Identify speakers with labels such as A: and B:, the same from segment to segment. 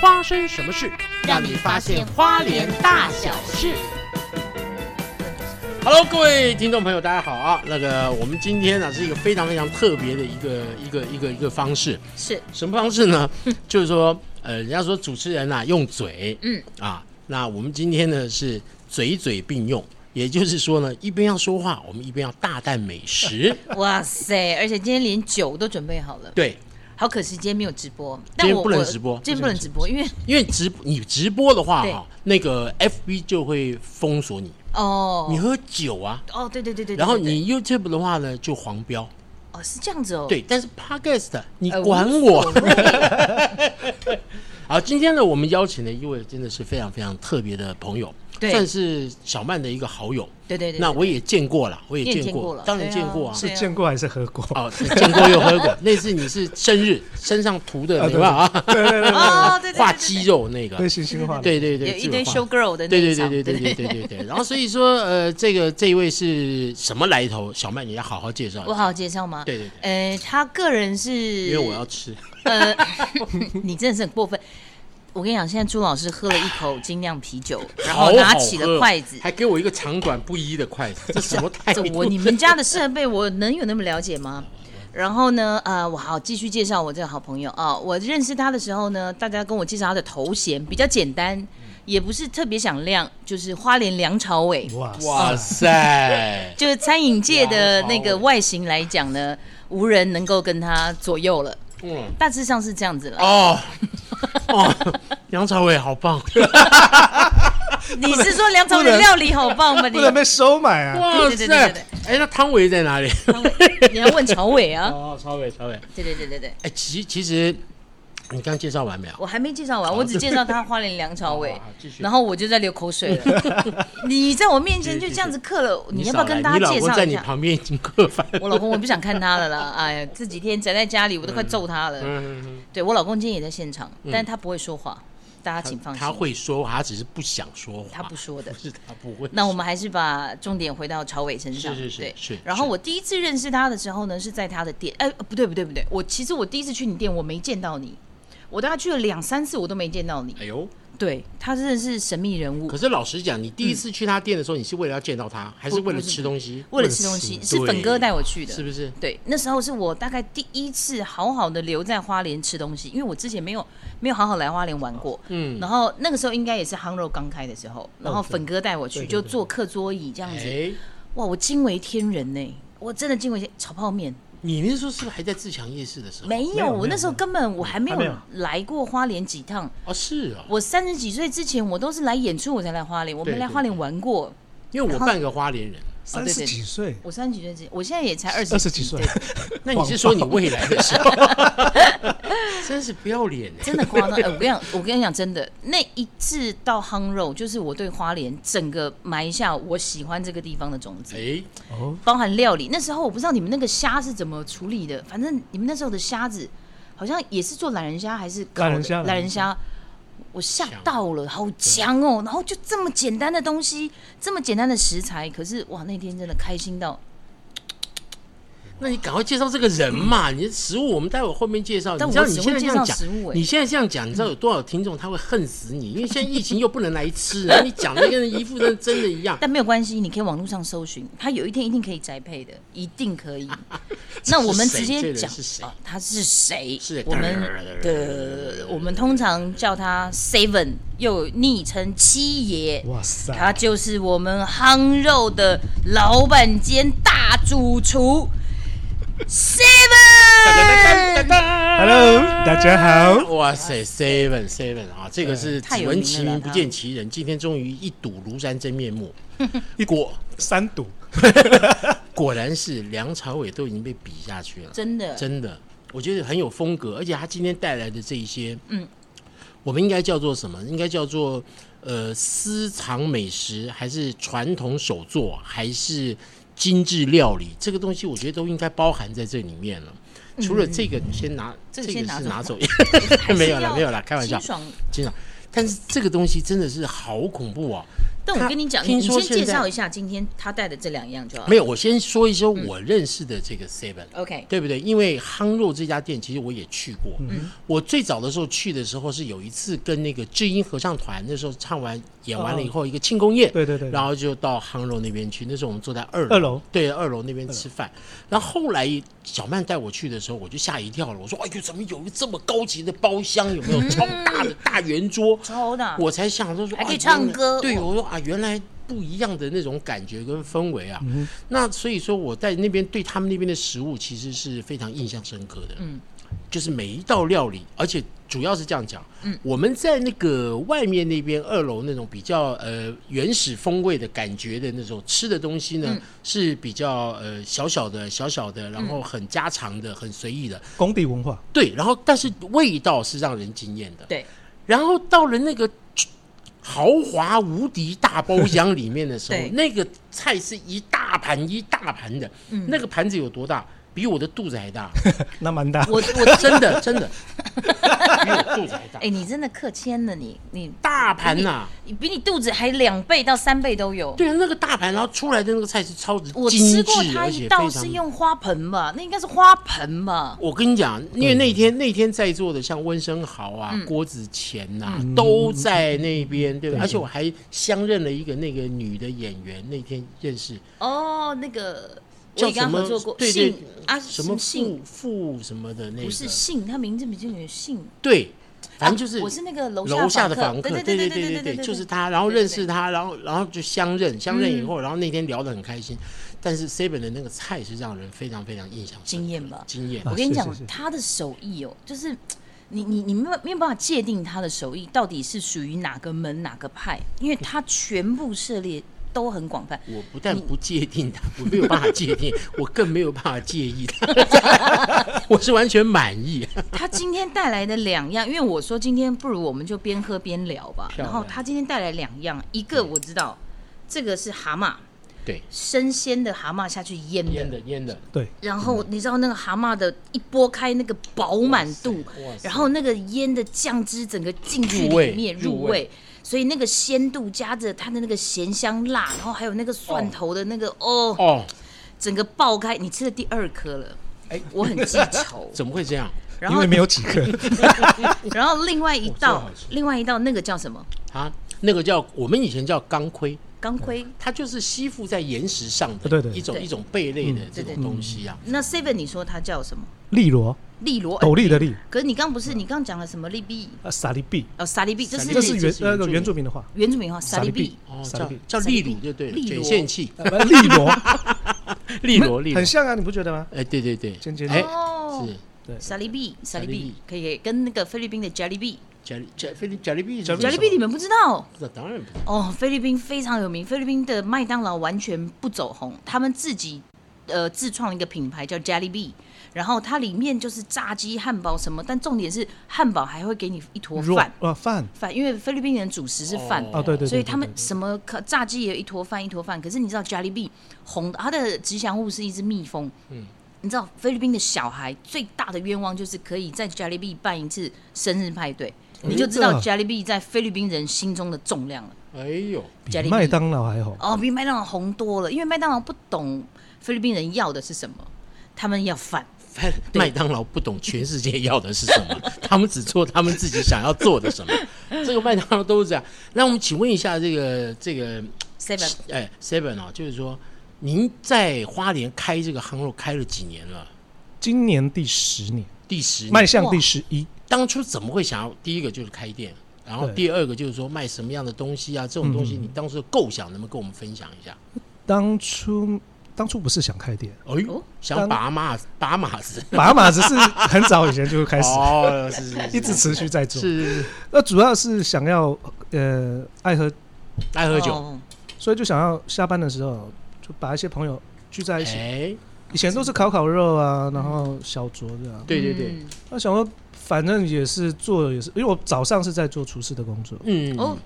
A: 发生什么事，
B: 让你发现花莲大小事。
A: Hello，各位听众朋友，大家好啊！那个，我们今天呢、是一个非常非常特别的一个一个一个一个方式，
B: 是，
A: 什么方式 呢？就是说，呃，人家说主持人呐、啊用嘴，
B: 嗯
A: 啊，那我们今天呢是嘴嘴并用，也就是说呢，一边要说话，我们一边要大啖美 食，
B: 哇塞！而且今天连酒都准备好了，
A: 对，
B: 好可惜今天没有直播。
A: 今天
B: 我
A: 不能
B: 我
A: 直播
B: 今天不能直播，因为
A: 因为直你直播的话
B: 对
A: 哈，那个 FB 就会封锁你，
B: 哦
A: 你，喝酒啊，
B: 哦，对对对对，对
A: 然后
B: 对对
A: 你 YouTube 的话呢就黄标，
B: 哦是这样子哦，
A: 对，但是 Podcast 你
B: 呃，
A: 管
B: 无
A: 我
B: 所。谓
A: 好，今天呢，我们邀请了一位真的是非常非常特别的朋友，
B: 对
A: 算是小曼的一个好友。
B: 对对对，
A: 那
B: 对
A: 我也见过了，我也
B: 你也
A: 见
B: 见过了
A: 当然
B: 对啊
A: 见过啊。
B: 是
C: 是见过还是喝过？
A: 哦，是见过又喝过。 那次你是生日，身上涂的没办法啊，
B: 哦对对对对对
A: 画肌肉那个
C: 对，。星星化的，
A: 对对对，
B: 有一
A: 这个
B: 堆
A: 画
B: show girl 的那
A: 对
B: 一
A: 对
B: 场，
A: 对对对对对对对。然后所以说，呃，这个这一位是什么来头？小曼，你要好好介绍一
B: 我
A: 下。
B: 好好介绍吗？
A: 对对对，
B: 呃，他个人是，
A: 因为我要吃。
B: 呃，你真的是很过分。我跟你讲，现在朱老师喝了一口精酿啤酒，然后
A: 好
B: 拿
A: 好
B: 起了
A: 喝哦
B: 筷子。
A: 还给我一个长短不一的筷子，这什么态
B: 这
A: 度？
B: 我你们家的设备，我能有那么了解吗？然后呢，呃，我好继续介绍我这个好朋友啊、我认识他的时候呢，大家跟我介绍他的头衔比较简单，也不是特别响亮，就是花莲梁朝伟。
C: 哇
A: 哇
C: 哇！
A: 塞！
B: 就是餐饮界的那
A: 梁朝
B: 个
A: 伟
B: 外形来讲呢，无人能够跟他左右了，
A: 嗯，
B: 大致上是这样子了。
A: 哦哦， 梁朝伟好 棒！
B: 你是说梁朝伟的
C: 不能
B: 料理好棒吗？你
C: 不能被收买啊！
A: 哇
B: 对对对
A: 塞！
B: 对对
A: 哎，那汤唯在哪里？
B: 朝伟你要问朝伟啊？
A: 哦，朝伟，朝伟。
B: 对对对对对，
A: 哎，其其实你刚介绍完没有？
B: 我还没介绍
C: 哦
B: 完，我只介绍他花莲梁朝 伟
A: 好好啊继，续
B: 然后我就在流口水了。 你在我面前就这样子刻了，你要不要
A: 少来
B: 跟大家介
A: 你老公
B: 绍
A: 在
B: 一
A: 你
B: 下？
A: 旁边已经刻翻。
B: 我老公我不想看他了啦，哎呀，这几天宅在家里我都快揍他了。
A: 嗯，
B: 对我老公今天也在现场，但他不会说话，大家请放心，
A: 他会说话，他只是不想说话。
B: 他不说的
A: 不。是他不会。
B: 那我们还是把重点回到朝伟身上，
A: 是是是
B: 对
A: 是
B: 然后
A: 是
B: 我第一次认识他的时候呢，是在他的店，哎，不对不对不对，我其实我第一次去你店，我没见到你，我大概去了两三次，我都没见到你。
A: 哎呦，
B: 对他真的是神秘人物
A: 可，是老实讲，你第一次去他店的时候，你是为了要见到他，还是为了吃东西？
B: 为了吃东西，是
A: 对
B: 粉哥带我去的，
A: 是不是？
B: 对，那时候是我大概第一次好好的留在花莲吃东西，因为我之前没有没有好好来花莲玩过。嗯，然后那个时候应该也是夯肉刚开的时候，
C: 哦
B: 然后粉哥带我去，就坐课桌椅这样子，
A: 哎，
B: 哇，我惊为天人呢、我真的惊为天炒泡面
A: 你那时候是不是还在自强夜市的时候？
B: 没有，
C: 没有嗯
B: 我那时候根本我还没
C: 还没
B: 有
C: 有
B: 来过花莲几趟。
A: 哦，是哦，
B: 我三十几岁之前，我都是来演出我才来花莲，我没
A: 对
B: 来
A: 对
B: 花莲玩过。哦
A: 因为我半个花 莲人。
C: 三
B: 对
C: 十
B: 对
C: 几岁，
B: 我三十几岁之前，我现在也才二十
C: 二十几岁
B: 对，
A: 那你是说你未来的时候？ 真是不要脸 哎！
B: 真的夸张。哎、我跟你讲，我跟你讲，真的，那一次到夯肉，就是我对花莲整个埋下我喜欢这个地方的种子，
A: 哎，
C: 哦，
B: 包含料理。那时候我不知道你们那个虾是怎么处理的，反正你们那时候的虾子好像也是做懒人虾还是烤的
C: 懒人虾
B: 懒人虾。我吓到了，好强哦！然后就这么简单的东西，这么简单的食材，可是哇，那天真的开心到，
A: 那你赶快介绍这个人嘛！你的食物我们待会后面介绍。
B: 但
A: 你知道
B: 我
A: 你
B: 只
A: 现
B: 会
A: 在这
B: 介绍
A: 样讲
B: 食物哎，
A: 你现在这样讲，你知道有多少听众他会恨死你？因为现在疫情又不能来吃， 然后你讲的跟一副真真的一样。
B: 但没有关系，你可以网络上搜寻，他有一天一定可以宅配的，一定 可以。那我们直接讲
A: 这人是谁
B: 啊，他是谁？
A: 是
B: 我们的，我们通常叫他 Seven，又有昵称七爷。
C: 哇塞，
B: 他就是我们夯肉的老板兼大主厨 Seven。
C: Hello，大家好。
A: 哇塞，seven seven 啊，这个是
B: 太
A: 只
B: 有名了
A: 闻其名不
B: 他
A: 见其人。今天终于一睹庐山真面 目，果
C: 三赌
A: 果然是梁朝伟都已经被比下去了。
B: 真的，
A: 真的，我觉得很有风格，而且他今天带来的这一些，
B: 嗯，
A: 我们应该叫做什么？应该叫做呃私藏美食，还是传统手作，还是精致料理？这个东西我觉得都应该包含在这里面了。除了这个，你先拿、
B: 嗯这
A: 这
B: 个
A: 个
B: 先拿
A: 是
B: 走
A: 拿走，
B: 还是
A: 没有
B: 要
A: 啦，没有啦，开玩笑
B: 清，爽
A: 经常。但是这个东西真的是好恐怖哦！
B: 但我跟你讲，你
A: 听
B: 你
A: 说
B: 先介
A: 现在
B: 绍一下今天他带的这两样就好。
A: 没有，我先说一说
B: 嗯
A: 我认识的这个 Seven，、
B: OK，
A: 对不对？因为夯肉这家店其实我也去过，
C: 嗯
A: 我最早的时候去的时候是有一次跟那个智音合唱团，那时候唱完演完了以后，一个庆功宴，
C: 对对对
A: 然后就到夯肉那边去，那时候我们坐在二
C: 二楼
A: 对，二楼那边吃饭。然后后来小曼带我去的时候，我就吓一跳了，我说：“哎呦，怎么有一个这么高级的包厢？有没
C: 嗯
A: 有超大的大圆桌？”
B: 超的，
A: 我才想说说，
B: 啊还可以
A: 啊
B: 唱
A: 原来
B: 歌
A: 对，我说啊，原来不一样的那种感觉跟氛围啊。那所以说我在那边对他们那边的食物其实是非常印象深刻的。嗯，就是每一道料理，而且主要是这样讲。嗯，我们在那个外面那边二楼那种比较呃原始风味的感觉的那种吃的东西呢，
B: 嗯
A: 是比较呃小小的小小的，然
B: 嗯
A: 后很家常的，很随意的。
C: 工地文化，
A: 对，然后但是味道是让人惊艳的。
B: 对，
A: 然后到了那个豪华无敌大包厢里面的时候
B: 对，
A: 那个菜是一大盘一大盘的，
B: 嗯
A: 那个盘子有多大？比我的肚子还大，
C: 那蛮大。
B: 我我
A: 真的真的，比我肚子还大
B: 哎、。你真的克谦了你，你
A: 大盘呐、
B: 你比你肚子还两倍到三倍都有。
A: 对啊，那个大盘，然后出来的那个菜是超级
B: 我
A: 精
B: 吃
A: 致
B: 过，他
A: 而且
B: 一
A: 非
B: 道
A: 常。
B: 是用花盆吧，那应该是花盆吧。
A: 我跟你讲，因为那天那天在座的像温升豪啊、
B: 嗯
A: 郭子乾呐、都在那边，对吧？而且我还相认了一个那个女的演员，那天认识，
B: 哦，那个我
A: 叫
B: 也跟
A: 什
B: 他
A: 么？
B: 合作过，
A: 对对
B: 信啊，
A: 什么
B: 信
A: 傅傅什么的那个，
B: 不是信，他名字比较有信。
A: 对，反正就是、
B: 啊我是那个楼下
A: 楼下的
B: 的
A: 房客，
B: 对
A: 对
B: 对
A: 对
B: 对
A: 对
B: 对，嗯
A: 就是他，然后认识他，然后然后就相认，相认以后，然后那天聊得很开心，但是 Seven 的那个菜是让人非常非常印象深刻
B: 惊艳吧
A: 惊艳。
B: 我跟你讲
C: 是是是，
B: 他的手艺哦，就是你你你没有没有办法界定他的手艺到底是属于哪个门哪个派，因为他全部涉猎都很广泛。
A: 我不但不界定他，我没有办法界 定，我更没有办法介意他， 我是完全满意。
B: 他今天带来的两样，因为我说今天不如我们就边喝边聊吧。
A: 漂
B: 然
A: 亮
B: 后他今天带来两样，一个我知道，这个是蛤蟆，
A: 对，
B: 生鲜的蛤蟆下去腌的。
A: 腌的腌的，
C: 对，
B: 然后
A: 嗯
B: 你知道那个蛤蟆的一剥开那个饱满度
A: 哇塞哇，塞
B: 然后那个腌的酱汁整个进去
A: 入味
B: 里面
A: 入
B: 入
A: 味
B: 味，所以那个鲜度加着它的那个咸香辣，然后还有那个蒜头的那个哦，
A: 哦，
B: 整个爆开。你吃了第二颗了，
A: 哎
B: 我很记仇。
A: 怎么 会这样？
B: 然
C: 因
B: 后
C: 为没有几个，
B: 然后另外一
A: 哦这个
B: 道
A: 好吃，
B: 另外一道那个叫什么？
A: 啊，那个叫我们以前叫钢盔，
B: 钢盔。
A: 它就是吸附在岩石上的，
C: 啊对对
A: 一种
B: 对嗯
A: 一种贝类的这
B: 对对
A: 种东西啊。
B: 那 Seven 你说它叫什么？
C: 利罗
B: 利罗
C: 斗笠的笠，
B: 可是你刚不是你刚讲了什么利比？
C: 啊，萨利币，
B: 哦，萨利比，这
A: 萨利
B: 是
A: 比
C: 这是原
A: 这是
C: 呃
A: 原住民
C: 原住民的话，
B: 原住民话萨利比。
A: 哦，
C: 萨
A: 叫
C: 利比，
A: 叫
B: 利
A: 利
B: 比
A: 乳就对了，
B: 利
A: 卷
B: 螺
A: 线 器，
C: 呃不利罗，
A: 利螺 利螺
C: 很，像啊，你不觉得吗？
A: 哎，对对对
C: 尖尖，的
A: 哎，
B: 哦
A: 是
B: 沙利比，沙利比
A: Salibi
B: 可以跟那个菲律宾的 Jellybean。
A: 贾贾菲律贾利比，
C: Jalebi
B: 贾
C: 为
B: 利
C: 什
B: 比
C: 么
B: 你们不知道
A: 那当然不是，
B: 哦，菲律宾非常有名，菲律宾的麦当劳完全不走红，他们自己呃自创一个品牌叫 Jellybean，然后它里面就是炸鸡、汉堡什么，但重点是汉堡还会给你一坨
C: 肉
B: 饭
C: 啊饭
B: 饭，因为菲律宾人主食是饭。
A: 哦
C: 啊，对对，对
B: 所以他们
C: 对对
B: 什么可炸鸡也有一坨饭一坨饭，可是你知道 Jollibee 红的，它的吉祥物是一只蜜蜂。嗯，你知道菲律宾的小孩最大的愿望就是可以在 Jollibee 办一次生日派对，你就知道
C: 真
B: Jollibee 在菲律宾人心中的重量了。
A: 哎呦，
C: 比
B: Jollibee
C: 麦当劳还好，
B: 哦，比麦当劳红多了，因为麦当劳不懂菲律宾人要的是什么，他们要饭。
A: 麦 麦当劳不懂全世界要的是什 么，他们只做他们自己想要做的什么。这个麦当劳都是这样。那我们请问一下，这个这个
B: Seven
A: 哎 Seven 啊，就是说您在花莲开这个夯肉开了几年了？
C: 今年第十年，
A: 第十年
C: 迈向
B: 哇
C: 第十一，
A: 当初怎么会想要？第一个就是开店，然后
C: 对
A: 第二个就是说卖什么样的东西啊？这种东西你当时的构想能不能跟我们分享一下？
C: 当初当初不是想开店，
B: 哦
A: 哎呦，想
C: 当
A: 拔马拔马子，
C: 把马只是很早以前就开始，
A: 哦，是是是，
C: 一直持续在做。
A: 是是
C: 那主要是想要呃爱喝，
A: 爱喝酒，
B: 哦
C: 所以就想要下班的时候就把一些朋友聚在一起。
A: 哎，
C: 以前都是烤烤肉啊，然后小酌这样。
A: 对对对，
B: 嗯
C: 那想说反正也是做也是，因为我早上是在做厨师的工作
A: 嗯，
B: 哦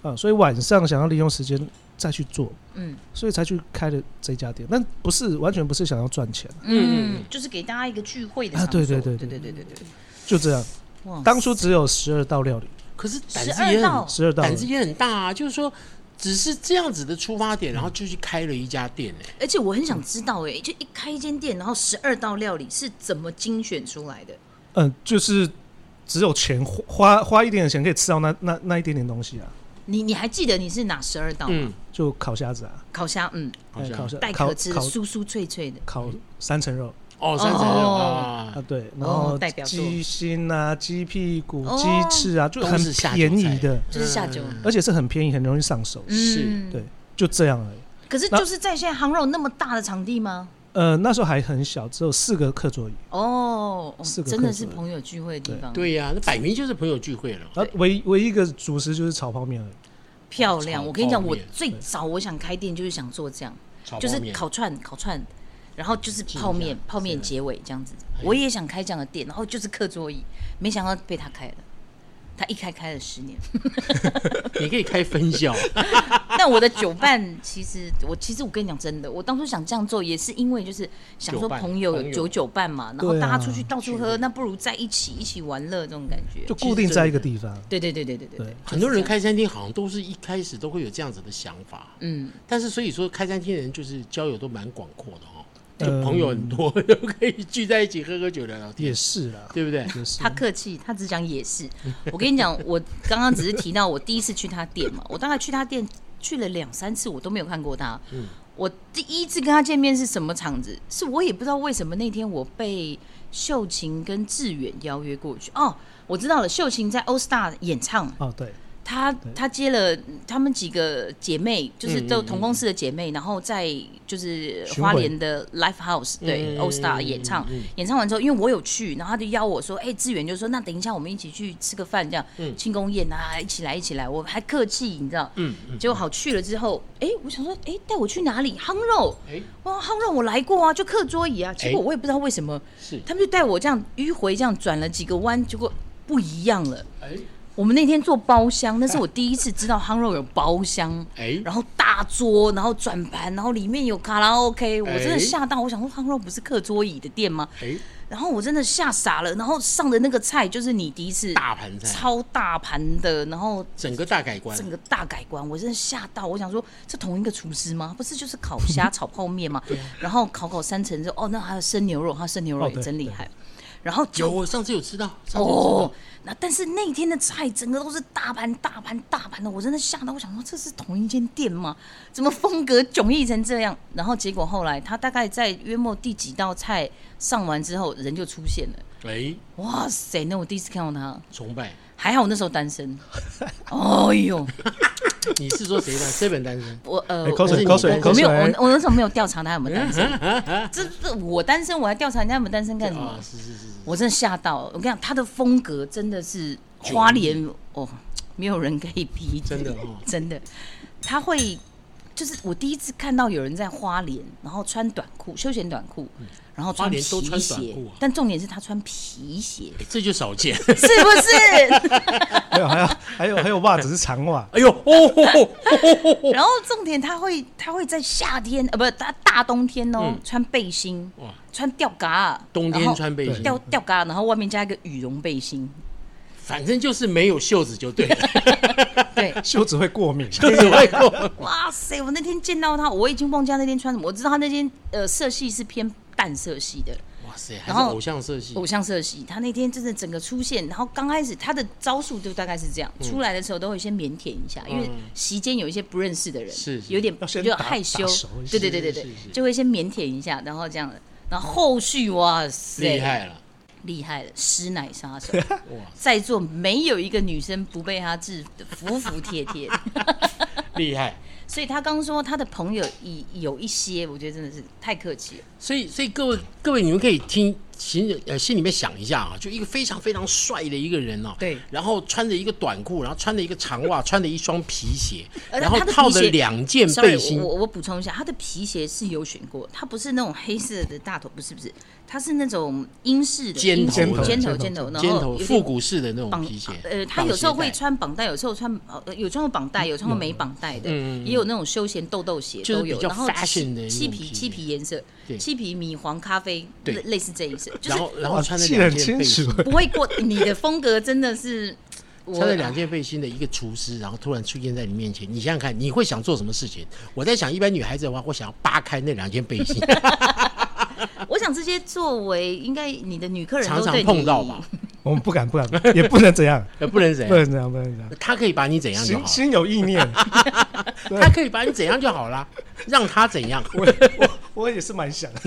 C: 啊，所以晚上想要利用时间再去做，
B: 嗯
C: 所以才去开了这家店。但不是完全不是想要赚钱，
A: 嗯
B: 嗯，就是给大家一个聚会的
C: 啊
B: 场所。
C: 对对
B: 对
C: 对
B: 对
C: 对
B: 对对对。
C: 就这样。
B: 哇
A: 哦
C: 当初只有十二道料理，
A: 可是胆
B: 十
A: 子
B: 二
A: 也
B: 道
A: 很，
C: 十二道料
A: 胆子
C: 理
A: 也很大啊。就是说，只是这样子的出发点，然后就去开了一家店哎、
B: 而且我很想知道、哎，就一开一间店，然后十二道料理是怎么精选出来的？
C: 嗯，就是只有钱花花花一点点钱可以吃到那那那一点点东西啊，
B: 你你还记得你是哪十二道吗？
A: 嗯，
C: 就烤虾子啊，
B: 烤虾，嗯，
A: 好
C: 哎
A: 像
C: 烤虾
B: 带
C: 烤
B: 壳吃的，
C: 烤嗯
B: 酥酥脆脆的。
C: 烤三层肉
A: 哦，三层肉
B: 哦
A: 啊
C: 啊，，对，然后
B: 代表作
C: 鸡心啊、鸡屁股
B: 哦、
C: 鸡翅啊，就
A: 都
C: 很
A: 是下酒
C: 便宜
A: 菜嗯
C: 的，
B: 就是下酒，
C: 而且是很便宜，很容易上手，
B: 嗯
A: 是
C: 嗯对，就这样而已。
B: 可是就是在现在杭肉那么大的场地吗？
C: 呃，那时候还很小，只有四个课桌椅，
B: 哦，哦
C: 四个
B: 真的
C: 客
B: 是
C: 人
B: 朋友聚会的地方，，
A: 对呀、那摆明就是朋友聚会了。
C: 然后啊唯唯一一个主食就是炒泡面而已。
B: 漂亮。
A: 炒
B: 我跟你讲，
A: 泡
B: 我
A: 面
B: 最早我想开店就是想做这样，
A: 炒
B: 就是
A: 泡面
B: 烤 串，烤串，然后就是
A: 一
B: 泡面
A: 下，哎
B: 泡面结尾这样子。我也想开这样的店，然后就是课桌椅，没想到被他开了。他一开开了十年，
A: 你可以开分校，
B: 但我的酒伴其实我其实我跟你讲真的，我当初想这样做也是因为就是想说
A: 酒伴
B: 朋友
A: 朋
B: 有
A: 友
B: 酒酒伴嘛，然后
C: 对
B: 大
C: 啊
B: 家出去到处喝，那不如在一起一起玩乐这种感觉。
C: 就固定在一个地方。
B: 对对对对对对
C: 对
A: 很多人，开餐厅好像都是一开始都会有这样子的想法，
B: 就是这样嗯，
A: 但是所以说开餐厅的人就是交友都蛮广阔的哦，就
C: 嗯
A: 朋友很多，都可以聚在一起喝喝酒聊聊天
C: 也，是啦，
A: 对不对？
C: 也是
B: 他。客气，他只讲也是。我跟你讲，我刚刚只是提到我第一次去他店嘛，我大概去他店去了两三次，我都没有看过他。我第一次跟他见面是什么场子？是我也不知道为什么那天我被秀琴跟志远邀约过去。哦，我知道了，秀琴在 O Star 演唱，
C: 哦，对，
B: 她她接了她们几个姐妹，就是
A: 嗯
B: 都
A: 嗯
B: 同公司的姐妹，然后在就是
C: 巡回
B: 花莲的 l i f e House 对
A: 嗯
B: O Star 演唱，演唱完之后，因为我有去，然后他就邀我说，哎，志远就说那等一下我们一起去吃个饭，这样庆功宴啊，一起来一起来，我还客气，你知道，
A: 嗯嗯，
B: 结果好去了之后，哎，我想说，哎，带我去哪里？夯肉，
A: 哎，
B: 哇，夯肉我来过啊，就课桌椅啊，结果
A: 哎
B: 我也不知道为什么，
A: 是，
B: 他们就带我这样迂回这样转了几个弯，结果不一样了。
A: 哎
B: 我们那天做包厢，那是我第一次知道夯肉有包厢，
A: 哎，
B: 然后大桌，然后转盘，然后里面有卡拉 OK，我真的
A: 哎
B: 吓到，我想说夯肉不是课桌椅的店吗？
A: 哎，
B: 然后我真的吓傻了，然后上的那个菜就是你第一次
A: 大盘菜，
B: 超大盘的，然后
A: 整个大改观，
B: 整个大改观，我真的吓到，我想说这同一个厨师吗？不是就是烤 虾、炒泡面吗？
A: 啊
B: 然后烤烤三层肉，哦，那还有生牛肉，它生牛肉
C: 哦
B: 也
C: 对
B: 真厉害。然后
A: 有
B: 就
A: 我上次有吃到，上次有吃
B: 哦
A: 到，
B: 那但是那天的菜整个都是大盘、大盘、大盘的，我真的吓到，我想说这是同一间店吗？怎么风格迥异成这样？然后结果后来他大概在约莫第几道菜上完之后，人就出现了。
A: 哎，
B: 哇塞！那我第一次看到他，
A: 崇拜，
B: 还好我那时候单身。哎呦，
A: 你是说谁呢？这本单身，
B: 我呃，
C: 哎口
A: 水
B: 我
A: 口水
B: 我没有，
C: 口
B: 我
C: 水
B: 我那时候没有调查他有没有单身，这这我单身，我还调查人家有没有单身干什么
A: 啊，？是是是，
B: 我真的吓到了，我跟你讲，他的风格真的是花莲哦，没有人可以比，
A: 真的哦
B: 真的，他会就是我第一次看到有人在花莲，然后穿短裤，休闲短裤，然后穿
A: 花
B: 皮
A: 莲都穿短
B: 鞋
A: 裤啊，
B: 但重点是他穿皮鞋，
A: 哎这就少见，
B: 是不是？
C: 还有还有还有还有袜子是长袜，
A: 哎呦，哦吼吼
B: 然后重点他会他会在夏天呃不他大冬天哦、穿背心，
A: 嗯哇，
B: 穿吊嘎，
A: 冬
B: 然
A: 天
B: 后
A: 穿背心，
B: 吊吊嘎，然后外面加一个羽绒背心，
A: 反正就是没有袖子就对了，
B: 对，
C: 袖子会过敏。
A: 就是外国
B: 哇塞！我那天见到他，我已经忘记他那天穿什么。我知道他那天呃色系是偏淡色系的，
A: 哇塞，还
B: 然
A: 是
B: 后
A: 偶像色系
B: 偶，像色系。他那天真的整个出现，然后刚开始他的招数就大概是这样，
A: 嗯
B: 出来的时候都会先腼腆一下，因为席间有一些不认识的人，
A: 是是
B: 有点
C: 要先
B: 就
C: 打
B: 害羞
C: 打熟一，下
B: 对对对对对
A: 是是是，
B: 就会先腼腆一下，然后这样的。然后后续哇塞，
A: 厉害 了，
B: 厉害了，师奶杀手，
A: 哇，
B: 在座没有一个女生不被他制服服服帖帖的。
A: 厉害。
B: 所以他刚说他的朋友以有一些，我觉得真的是太客气了。
A: 所以，所以各位各位，你们可以听心呃心里面想一下啊，就一个非常非常帅的一个人哦，
B: 对
A: 然后穿着一个短裤，然后穿着一个长 袜，穿着一双皮鞋，
B: 而且
A: 然后
B: 呃他的皮
A: 套
B: 鞋
A: 着两件背
B: Sorry，
A: 心
B: 我，我我补充一下，他的皮鞋是有选过，他不是那种黑色的大头，不是不是，他是那种英式的
A: 尖头
B: 英式
A: 的
B: 尖头
C: 尖
B: 头，然
A: 尖
B: 后
A: 头
B: 有点
A: 复古式的那种
B: 绑
A: 皮鞋，
B: 呃，他
A: 绑
B: 有时候
A: 鞋带嗯
B: 会，穿绑带，有时候穿呃有穿过绑带，有穿过没绑带的，也有那种休闲豆豆鞋
A: 就是
B: 都有，
A: 比较
B: 然后
A: fashion 的一种
B: 漆
A: 皮
B: 皮
A: 鞋
B: 漆皮颜色
A: 对，
B: 漆皮米黄咖啡，
A: 对
B: 类类似这一色，就是
A: 然后然后
C: 哇
A: 穿着
C: 记得
A: 两
C: 很
A: 件
C: 清
A: 背心
C: 楚，
B: 不会过你的风格真的是 我
A: 穿着两件背心的一个厨师，然后突然出现在你面前，你想想看，你会想做什么事情？我在想，一般女孩子的话，会想要扒开那两件背 心，
B: 我想这些作为应该你的女客人
A: 常
B: 都
A: 常
B: 对你
A: 碰到吧？
C: 我们不敢不敢，也不能这 样，
A: 呃，不能怎
C: 不
A: 样，
C: 能这样，不能这样，
A: 他可以把你怎样就
C: 心
A: 好，
C: 心有意 念。对
A: 他可以把你怎样就好 啦，让他怎样。
C: 我我我也是蛮想的，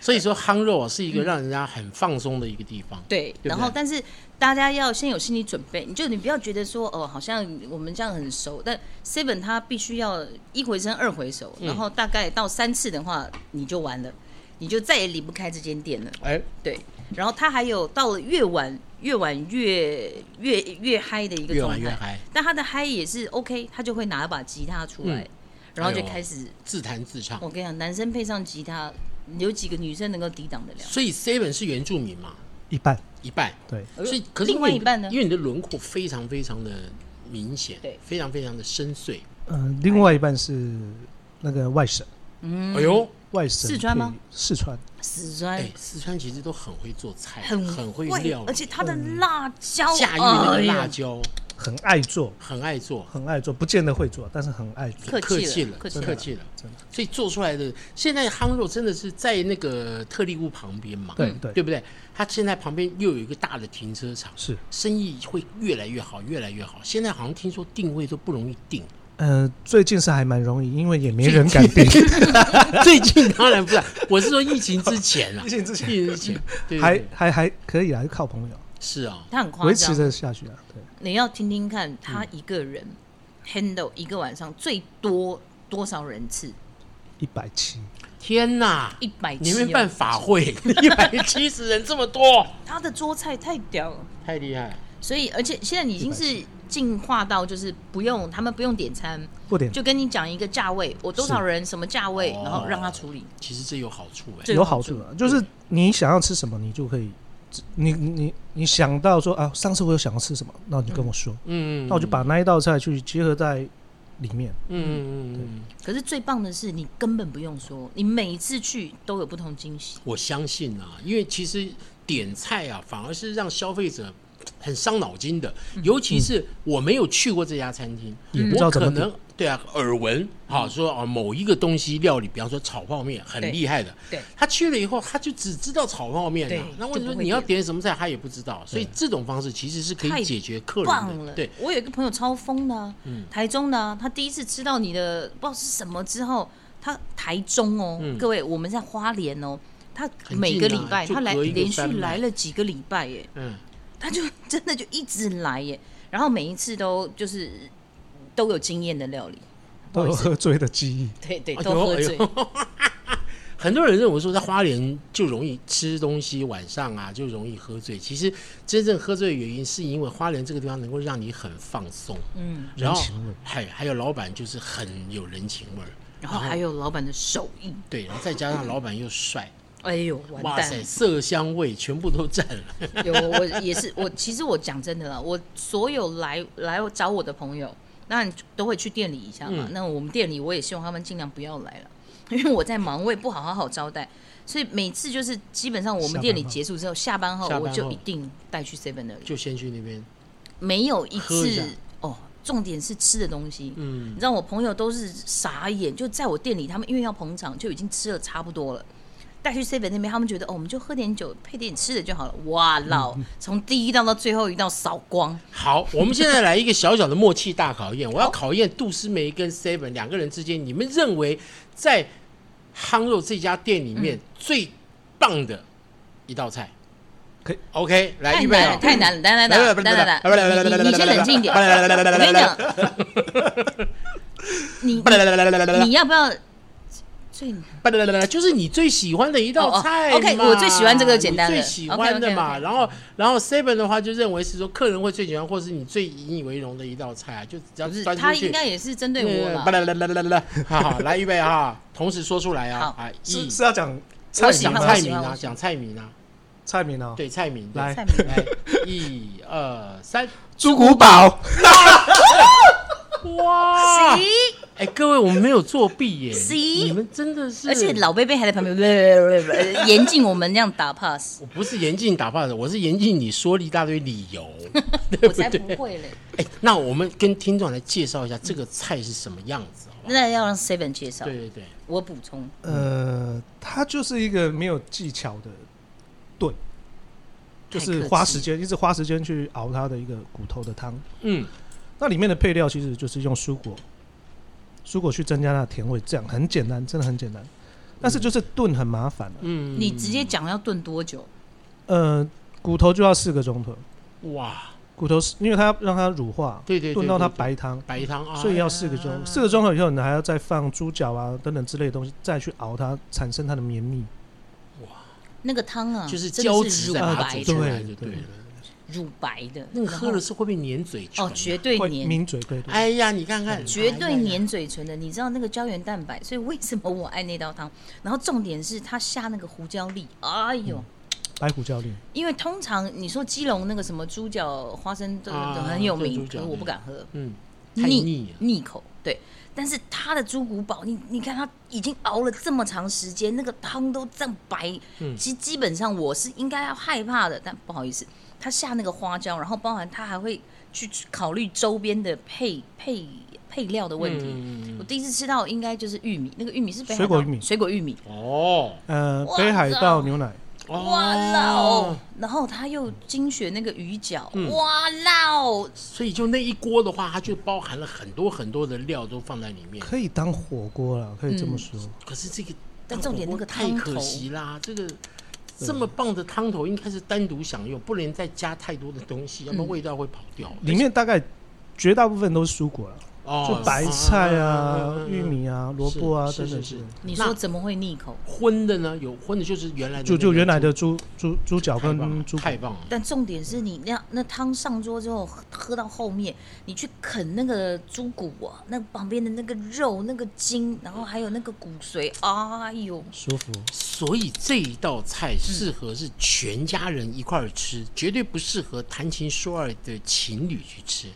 A: 所以说，夯肉啊是一个让人家很放松的一个地方。
B: 对，
A: 对
B: 然
A: 不
B: 后
A: 对
B: 但是大家要先有心理准备，你就你不要觉得说哦，好像我们这样很熟，但 Seven 他必须要一回生二回
A: 嗯
B: 熟，然后大概到三次的话你就完了，你就再也离不开这间店了。
A: 哎，
B: 对，然后他还有到了越晚越晚越越越嗨的一个
A: 越
B: 状态，
A: 玩越嗨，
B: 但他的嗨也是 OK，他就会拿一把吉他出来，
A: 嗯
B: 然后就
A: 哎呦
B: 开始。
A: 自弹自唱
B: 我。跟你讲，男生配上吉他，有几个女生能够抵挡得了？
A: 所以 Seven 是原住民嘛，
C: 一半
A: 一半。
C: 对，
B: 哎呦
A: 所以可是因
B: 另
A: 为
B: 外
A: 你
B: 一半呢
A: 因为你的轮廓非常非常的明显，
B: 对
A: 非常非常的深邃。
C: 嗯，另外一半是那个外省，
B: 嗯，
A: 哎呦，
C: 外省
B: 四川吗
C: 配？四川，
B: 死酸。
A: 哎，四川其实都很会做菜，
B: 很哦
A: 很会料理，嗯
B: 而且它的辣椒
A: 驾驭那个辣
B: 哎呦
A: 椒，
C: 很爱做，
A: 很爱做，
C: 很爱做，不见得会做，但是很爱做。
B: 客
A: 客
B: 气
A: 了，
B: 了，客
A: 真的
B: 了
A: 客。气了，
C: 真的
A: 所以做出来的现在夯肉真的是在那个特力屋旁边嘛，
C: 对对
A: 不对？它现在旁边又有一个大的停车场，
C: 是，
A: 生意会越来越好，越来越好。现在好像听说定位都不容易定，
C: 呃，最近是还蛮容易，因为也没人 敢订。
A: 最近当然不是，我是说疫情之前啊
C: 疫，情之前
A: 疫情之前，对对对
C: 还还还可以啊，就靠朋友
A: 是啊，
B: 他很夸
C: 维持
B: 张，
C: 着下去啊。对，
B: 你要听听看，他一个人
A: 嗯
B: handle 一个晚上最多多少人次？
C: 一百七，
A: 天哪！
B: 一百七。哦
A: 你们办法会一百七十人这么多，
B: 他的桌菜太屌了，
A: 太厉害了！
B: 所以而且现在已经是进化到就是不用他们不用点餐，
C: 不点
B: 就跟你讲一个价位，我多少人什么价位，
A: 哦
B: 然后让他处理。
A: 其实这有好处哎、
B: 这
C: 有好处啊，就是你想要吃什么，你就可以，你你你你想到说啊，上次我有想要吃什么，那你就跟我说，
A: 嗯，
C: 那我就把那一道菜去结合在里面。
A: 嗯嗯嗯嗯，
B: 可是最棒的是，你根本不用说，你每一次去都有不同惊喜。
A: 我相信啊，因为其实点菜啊，反而是让消费者很伤脑筋的，
B: 嗯
A: 尤其是我没有去过这家餐厅，
C: 也不知道
A: 我
C: 怎么
A: 可
C: 点
A: 能对啊，耳闻好、说啊某一个东西料理，比方说炒泡面很
B: 嗯对
A: 厉害的，
B: 对
A: 他去了以后，他就只知道炒泡面了、
B: 对
A: 那问题
B: 就
A: 说
B: 不会
A: 你要
B: 点
A: 点什么菜，他也不知道，所以这种方式其实是可
B: 太
A: 以解决客
B: 棒
A: 人
B: 了！
A: 的对。嗯
B: 我有一个朋友超疯的、啊，台中的、啊，他第一次吃到你的不知道是什么之后，他台中哦，各位我们在花莲哦，他
A: 嗯近啊
B: 每个礼拜、
A: 就
B: 他来
A: 隔一个
B: 连续
A: 山脉
B: 来了几个礼拜耶，
A: 嗯，
B: 他就 真的就一直来耶，然后每一次都就是都有经验的料理，
C: 都有喝醉的记忆，
B: 对对，
A: 哎呦
B: 都喝醉，
A: 哎 很多人认为说在花莲就容易吃东西，晚上啊就容易喝醉。其实真正喝醉的原因是因为花莲这个地方能够让你很放松，
B: 嗯，
A: 然后
C: 人情味
A: 还还有老板就是很有人情味儿，
B: 然后还有老板的手艺，
A: 对，然后再加上老板又帅，
B: 哎呦，完
A: 哇
B: 蛋
A: 塞，！色香味全部都占了。
B: 有我我也是我，其实我讲真的啦，我所有来来找我的朋友，那你都会去店里一下嘛。
A: 嗯
B: 那我们店里我也希望他们尽量不要来了，因为我在忙，我也不好好好招待，所以每次就是基本上我们店里
C: 下班后
B: 结束之后，下班后
A: 下班
B: 我
A: 后
B: 就一定带去 Seven 那里，
A: 就先去那边，
B: 没有一
A: 喝一下
B: 次哦。重点是吃的东西，
A: 嗯
B: 你知道我朋友都是傻眼，就在我店里，他们因为要捧场，就已经吃的差不多了。带去 seven 那边，他们觉得哦，我们就喝点酒，配点吃的就好了。哇老，从第一道到最后一道扫光，
A: 好，我们现在来一个小小的默契大考验，我要考验杜思梅跟 Seven 两个人之间，你们认为在夯肉这家店里
C: 嗯
A: 面最棒的一道菜？
C: 可以
A: ，OK，来
B: 太
A: 预备
B: 难
A: 啊
B: 了，！太难了，来来来来来 来，你你你先冷静一点。我跟你讲，你你要不要最
A: 不不不，就是你最喜欢的一道菜嘛。
B: 哦哦，OK，我最喜欢这个简单的
A: 你最喜欢的嘛。
B: OK，OK，OK
A: 然后，然后 Seven 的话就认为是说客人会最喜欢，或是你最引以为荣的一道菜啊，就只要
B: 不是
A: 端出
B: 他
A: 去
B: 应该也是针对我
A: 不
B: 了。
A: 啦啦啦啦啦啦，好好来预备啊，同时说出来啊
B: 好
A: 啊，
C: 是
A: 一
C: 是要讲菜
B: 我喜
C: 名
A: 讲
B: 欢
C: 吗
B: 我
A: 菜
B: 喜
A: 名
B: 欢
A: 啊，
B: 我喜
A: 讲菜名啊，
C: 菜名哦，
A: 对菜名，对
C: 来
B: 蔡明，
A: 来一二三，
C: 猪骨堡，
A: 哇，
B: 行，
A: 哎，各位，我们没有作弊耶
B: See？
A: 你们真的是，
B: 而且老贝贝还在旁边严禁我们这样打 pass，
A: 我不是严禁打 pass，我是严禁你说了一大堆理由。
B: 我才不会嘞。
A: 哎，那我们跟听众来介绍一下这个菜是什么样子，好吧？
B: 那要让 Seven 介绍
A: 对，对对，
B: 我补充。
C: 呃，它就是一个没有技巧的炖，就是花时间，一直花时间去熬它的一个骨头的汤。
A: 嗯，
C: 那里面的配料其实就是用蔬果，蔬果去增加它的甜味，这样很简单，真的很简单。但是就是炖很麻烦了、
A: 嗯，
B: 你直接讲要炖多久？
C: 呃，骨头就要四个钟头，
A: 哇，
C: 骨头是因为它要让它乳化，
A: 对对，对
C: 炖到它
A: 对对
C: 白汤，
A: 白汤啊，
C: 所以要四个钟，四个钟头以后，你还要再放猪脚啊等等之类的东西，再去熬它，产生它的绵密。
B: 那个汤啊，
A: 就是
B: 真
A: 胶
B: 的是
A: 质
B: 乳
A: 再把它
B: 白
A: 煮
C: 对
A: 出
B: 的，
A: 来就对了。
B: 乳白的，
A: 那个喝
B: 然
A: 了
B: 后
A: 是会不会粘嘴唇啊？
B: 哦，绝对
C: 会
B: 黏，
C: 抿嘴，对对。
A: 哎呀，你看看，
B: 绝对
A: 哎呀。
B: 黏嘴唇的。你知道那个胶原蛋白，所以为什么我爱那道汤？然后重点是它下那个胡椒粒，哎呦，
A: 嗯
C: 白虎教练，
B: 因为通常你说基隆那个什么猪脚花生都
A: 啊
B: 都很有
A: 炖
B: 名，
A: 猪脚
B: 可是我不敢喝，
A: 嗯，太腻
B: 腻
A: 了
B: 腻口。对，但是它的猪骨煲，你你看它已经熬了这么长时间，那个汤都这么白，
A: 嗯
B: 其实基本上我是应该要害怕的，但不好意思，它下那个花椒，然后包含它还会去考虑周边的配配配料的问题。
A: 嗯
B: 我第一次吃到应该就是玉米，那个玉米是北海
C: 水果
B: 道
C: 玉米
B: 水果玉米，
A: 哦，
C: 呃
B: 哇，
C: 北海道牛奶，
A: 哦
B: 哇啦哦！然后他又精选那个鱼饺，
A: 嗯
B: 哇啦哦！
A: 所以就那一锅的话，它就包含了很多很多的料都放在里面。
C: 可以当火锅了，可以这么说。
A: 可是这个，
B: 但重点那个汤
A: 太
B: 头
A: 可惜啦，这个。这么棒的汤头应该是单独享用，不能再加太多的东西，要不然味道会跑掉。
C: 里面大概绝大部分都是蔬果了，
A: 哦
C: 就白菜
A: 嗯嗯
C: 啊
A: 嗯、嗯
C: 玉米啊、萝卜啊
A: 是
C: 等等
A: 是
C: 之类的。
B: 你
A: 那
B: 说怎么会腻口？
A: 荤的呢？有荤的就是原来的
C: 就
A: 那
C: 就
A: 个
C: 原来
A: 猪
C: 的猪猪猪脚
A: 太棒了啊
C: 跟猪骨
A: 太棒了，
B: 但重点是你那那汤上桌之后，喝喝到后面，你去啃那个猪骨啊，那旁边的那个肉、那个筋，然后还有那个骨髓，哎呦，
C: 舒服，
A: 所以这一道菜适合是全家人一块儿
C: 嗯
A: 吃，绝对不适合谈情说爱的情侣去吃。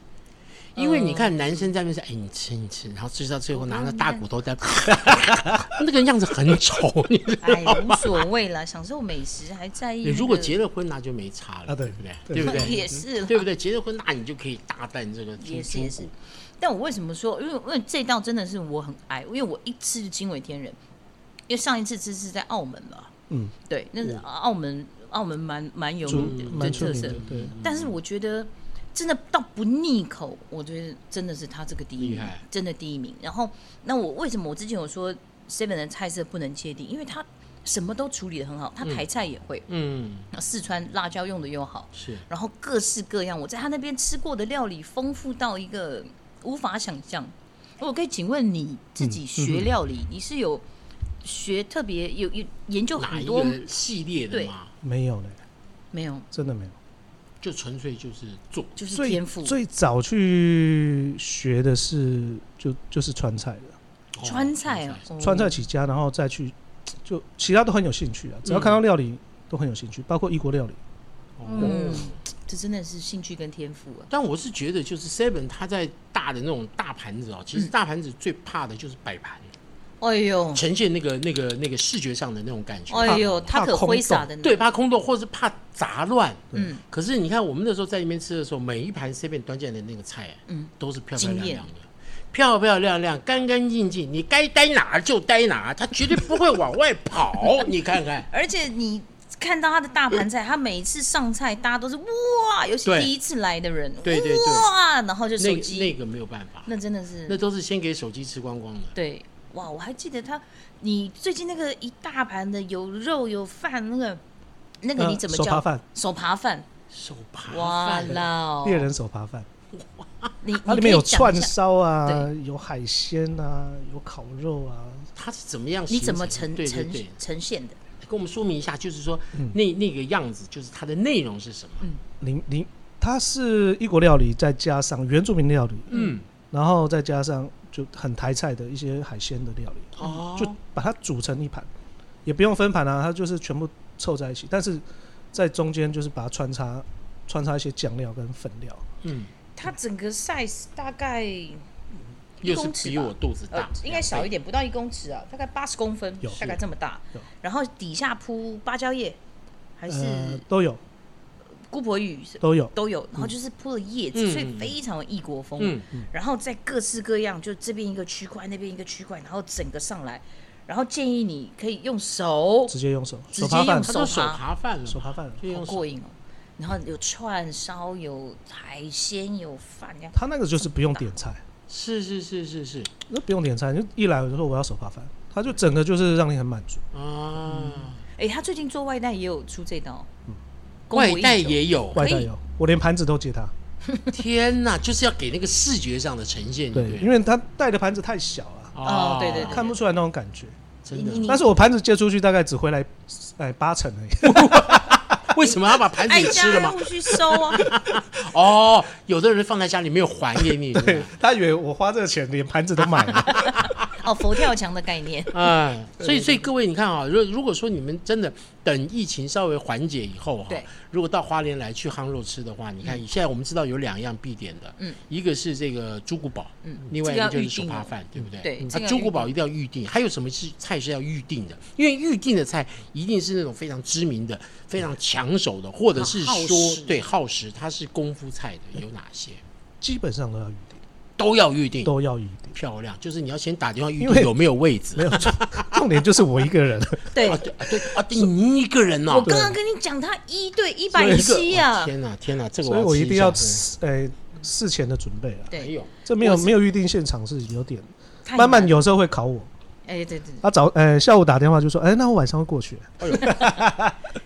A: 因为你看，男生在那边说：“哎，你吃，你吃。”然后吃到最后，拿那大骨头在， 那个样子很丑。你知道
B: 哎，无所谓啦，享受美食还在意那
A: 你
B: 个。
A: 如果 结了婚，那就没差了，
C: 啊对
A: 对不对？
C: 对
A: 对不对？
B: 也是啦
A: 对不对？结了婚，那你就可以大啖这个
B: 也
A: 猪
B: 是
A: 筋
B: 也是。但我为什么说，因为因为这道真的是我很爱，因为我一吃就惊为天人。因为上一次吃是在澳门嘛，
C: 嗯，
B: 对，那是澳门澳门蛮蛮有
C: 猪
B: 名的
C: 蛮
B: 对
C: 出
B: 特
C: 名
B: 色
C: 的，，对。
B: 但是我觉得真的到不腻口，我觉得真的是他这个第一
A: 厉
B: 名
A: 害，
B: 真的第一名。然后那我为什么我之前有说 Seven 的菜色不能界定，因为他什么都处理的很好，他台菜也会，
A: 嗯，
B: 四川辣椒用的又好，
A: 是
B: 然后各式各样，我在他那边吃过的料理丰富到一个无法想象。我可以请问你自己学料理，
A: 嗯
B: 你是有学特别有有研究
A: 哪
B: 很
A: 一
B: 多
A: 个系列的嘛？
C: 没有嘞，
B: 没有？
C: 真的没有。
A: 就纯粹就是做
B: 就是
C: 最
B: 天赋
C: 最早去学的是就就是川菜的，
B: 川菜哦，，哦
C: 川菜起家，然后再去就其他都很有兴趣啊，只要看到料理都很有兴趣，包括异国料理。
A: 哦
B: 嗯，这真的是兴趣跟天赋啊。
A: 但我是觉得，就是 Seven 它在大的那种大盘子哦，
B: 嗯
A: 其实大盘子最怕的就是摆盘，
B: 哎呦，
A: 呈现那个那个那个视觉上的那种感觉。
B: 哎呦，
C: 怕
B: 他可挥洒的
A: 怕
B: 呢。
A: 对，怕空洞，或是怕杂乱。
B: 嗯，
A: 可是你看，我们那时候在那边吃的时候，每一盘 Seven 端进来的那个菜，啊
B: 嗯，
A: 都是漂漂亮
B: 惊艳
A: 亮的。漂漂亮亮、干干净净，你该待哪儿就待哪儿，它绝对不会往外 跑。你看看，
B: 而且你看到他的大盘菜，他每一次上菜，大家都是哇，尤其
A: 对
B: 第一次来的人，
A: 对对对
B: 哇，然后就手
A: 那
B: 机，嗯
A: 那个没有办法，
B: 那真的是
A: 那都是先给手机吃光光的。
B: 对，哇，我还记得他，你最近那个一大盘的有肉有饭那个，那个
C: 呃
B: 你怎么
C: 手
B: 叫？
C: 扒饭？
B: 手扒饭。
A: 手扒
B: 哇
A: 饭
B: 啦！
C: 猎人手扒饭，
B: 你，你
C: 它里
B: 可以
C: 面有
B: 讲一
C: 串
B: 下
C: 烧啊，
B: 对
C: 有海鲜啊，有烤肉啊，
A: 它是怎么样形
B: 你
A: 成的？
B: 怎么呈
A: 对对
B: 呈
A: 对，
B: 呈现的？
A: 跟我们说明一下，就是说、那那个样子，就是它的内容是什么？
C: 零零，它是异国料理，再加上原住民料理，
A: 嗯，
C: 然后再加上就很台菜的一些海鲜的料理，
A: 哦
C: 就把它煮成一盘，也不用分盘啊，它就是全部凑在一起，但是在中间就是把它穿插穿插一些酱料跟粉料，
A: 嗯，
B: 它整个 size 大概一
A: 又是
B: 公尺
A: 比
B: 吧
A: 我肚子
B: 呃
A: 大，，
B: 应该
A: 两
B: 小
A: 倍
B: 一。点，不到一公尺啊，大概八十公分
C: 有，
B: 大概这么大
C: 有。
B: 然后底下铺芭蕉叶，还
C: 呃
B: 是
C: 都有
B: 姑婆芋是
C: 都有，
B: 都有，然后就是铺了叶子，
A: 嗯
B: 所以非常有异国风。
A: 嗯，
B: 然后再各式各样，就这边一个区块，那边一个区块，然后整个上来，然后建议你可以用手，
C: 直接用手
B: 直
C: 手
B: 接
C: 扒饭
B: 用
A: 他都手
B: 手扒
A: 扒饭了嘛，
C: 手扒饭了
A: 就
B: 好
A: 用手
B: 过瘾哦。然后有串烧，有海鲜，有饭，这样
C: 他那个就是不用点菜，
A: 是是是是是
C: 那不用点菜，你就一来我就说我要手扒饭，他就整个就是让你很满足。
A: 啊，
B: 哎，他最近做外带也有出这道，哦供我
A: 嗯外
B: 一
A: 带
B: 手
A: 也有，
C: 外
B: 以
C: 带有，我连盘子都借他，
A: 天哪，就是要给那个视觉上的呈现，
C: 对，
A: 对
C: 因
A: 了，
C: 为他带的盘子太小了，
B: 哦对对对
C: 看不出来那种感觉。
A: 真
B: 你
A: 的，
B: 你
C: 但是我盘子借出去大概只回来哎八成而已，
A: 为什么要把盘子
B: 挨
A: 也吃
B: 家
A: 了
B: 挨
A: 吗？
B: 户哎去收啊，
A: 哦，有的人放在家里没有还给你，对
C: 对
B: 嗯
C: 他以为我花这个钱连盘子都买了，
B: 哦，佛跳墙的概念，
A: 哎，所以所以各位，你看啊，如如果说你们真的等疫情稍微缓解以后哈
B: 对，
A: 如果到花莲来去夯肉吃的话，你看现在我们知道有两样必点的，
B: 嗯，
A: 一个是这个猪骨堡，
B: 嗯，
A: 另外一个就是
B: 这
A: 手
B: 个要
A: 扒
B: 预定哦
A: 饭，对不对？
B: 对这
A: 啊
B: 个要
A: 猪骨堡一定要预定，还有什么是菜是要预定的？因为预定的菜一定是那种非常知名的、非常抢手的，或者是
B: 啊耗
A: 说
B: 时
A: 对耗时，它是功夫菜的有哪些？
C: 基本上都要预定，
A: 都要预定，
C: 都要预定，
A: 漂亮，就是你要先打电话预
C: 因
A: 定
C: 为
A: 有没有位置。
C: 没有重重点就是我一个人，
B: 对
A: 啊，对啊对啊，对你一个人哦
B: 我，刚刚跟你讲，他一对一百七啊
A: 哦
B: 呀，
A: 天哪，天哪，这个
C: 所以我一定要
A: 吃
C: 吃哎事前的准备啊，
A: 下。哎
B: 对，
A: 呦，
C: 这没有
B: 我是
C: 没有预定现场是有点，
B: 太
C: 慢慢
B: 难，
C: 有时候会考我，
B: 哎，对对对。
C: 他早呃下午打电话就说，哎那我晚上会过去，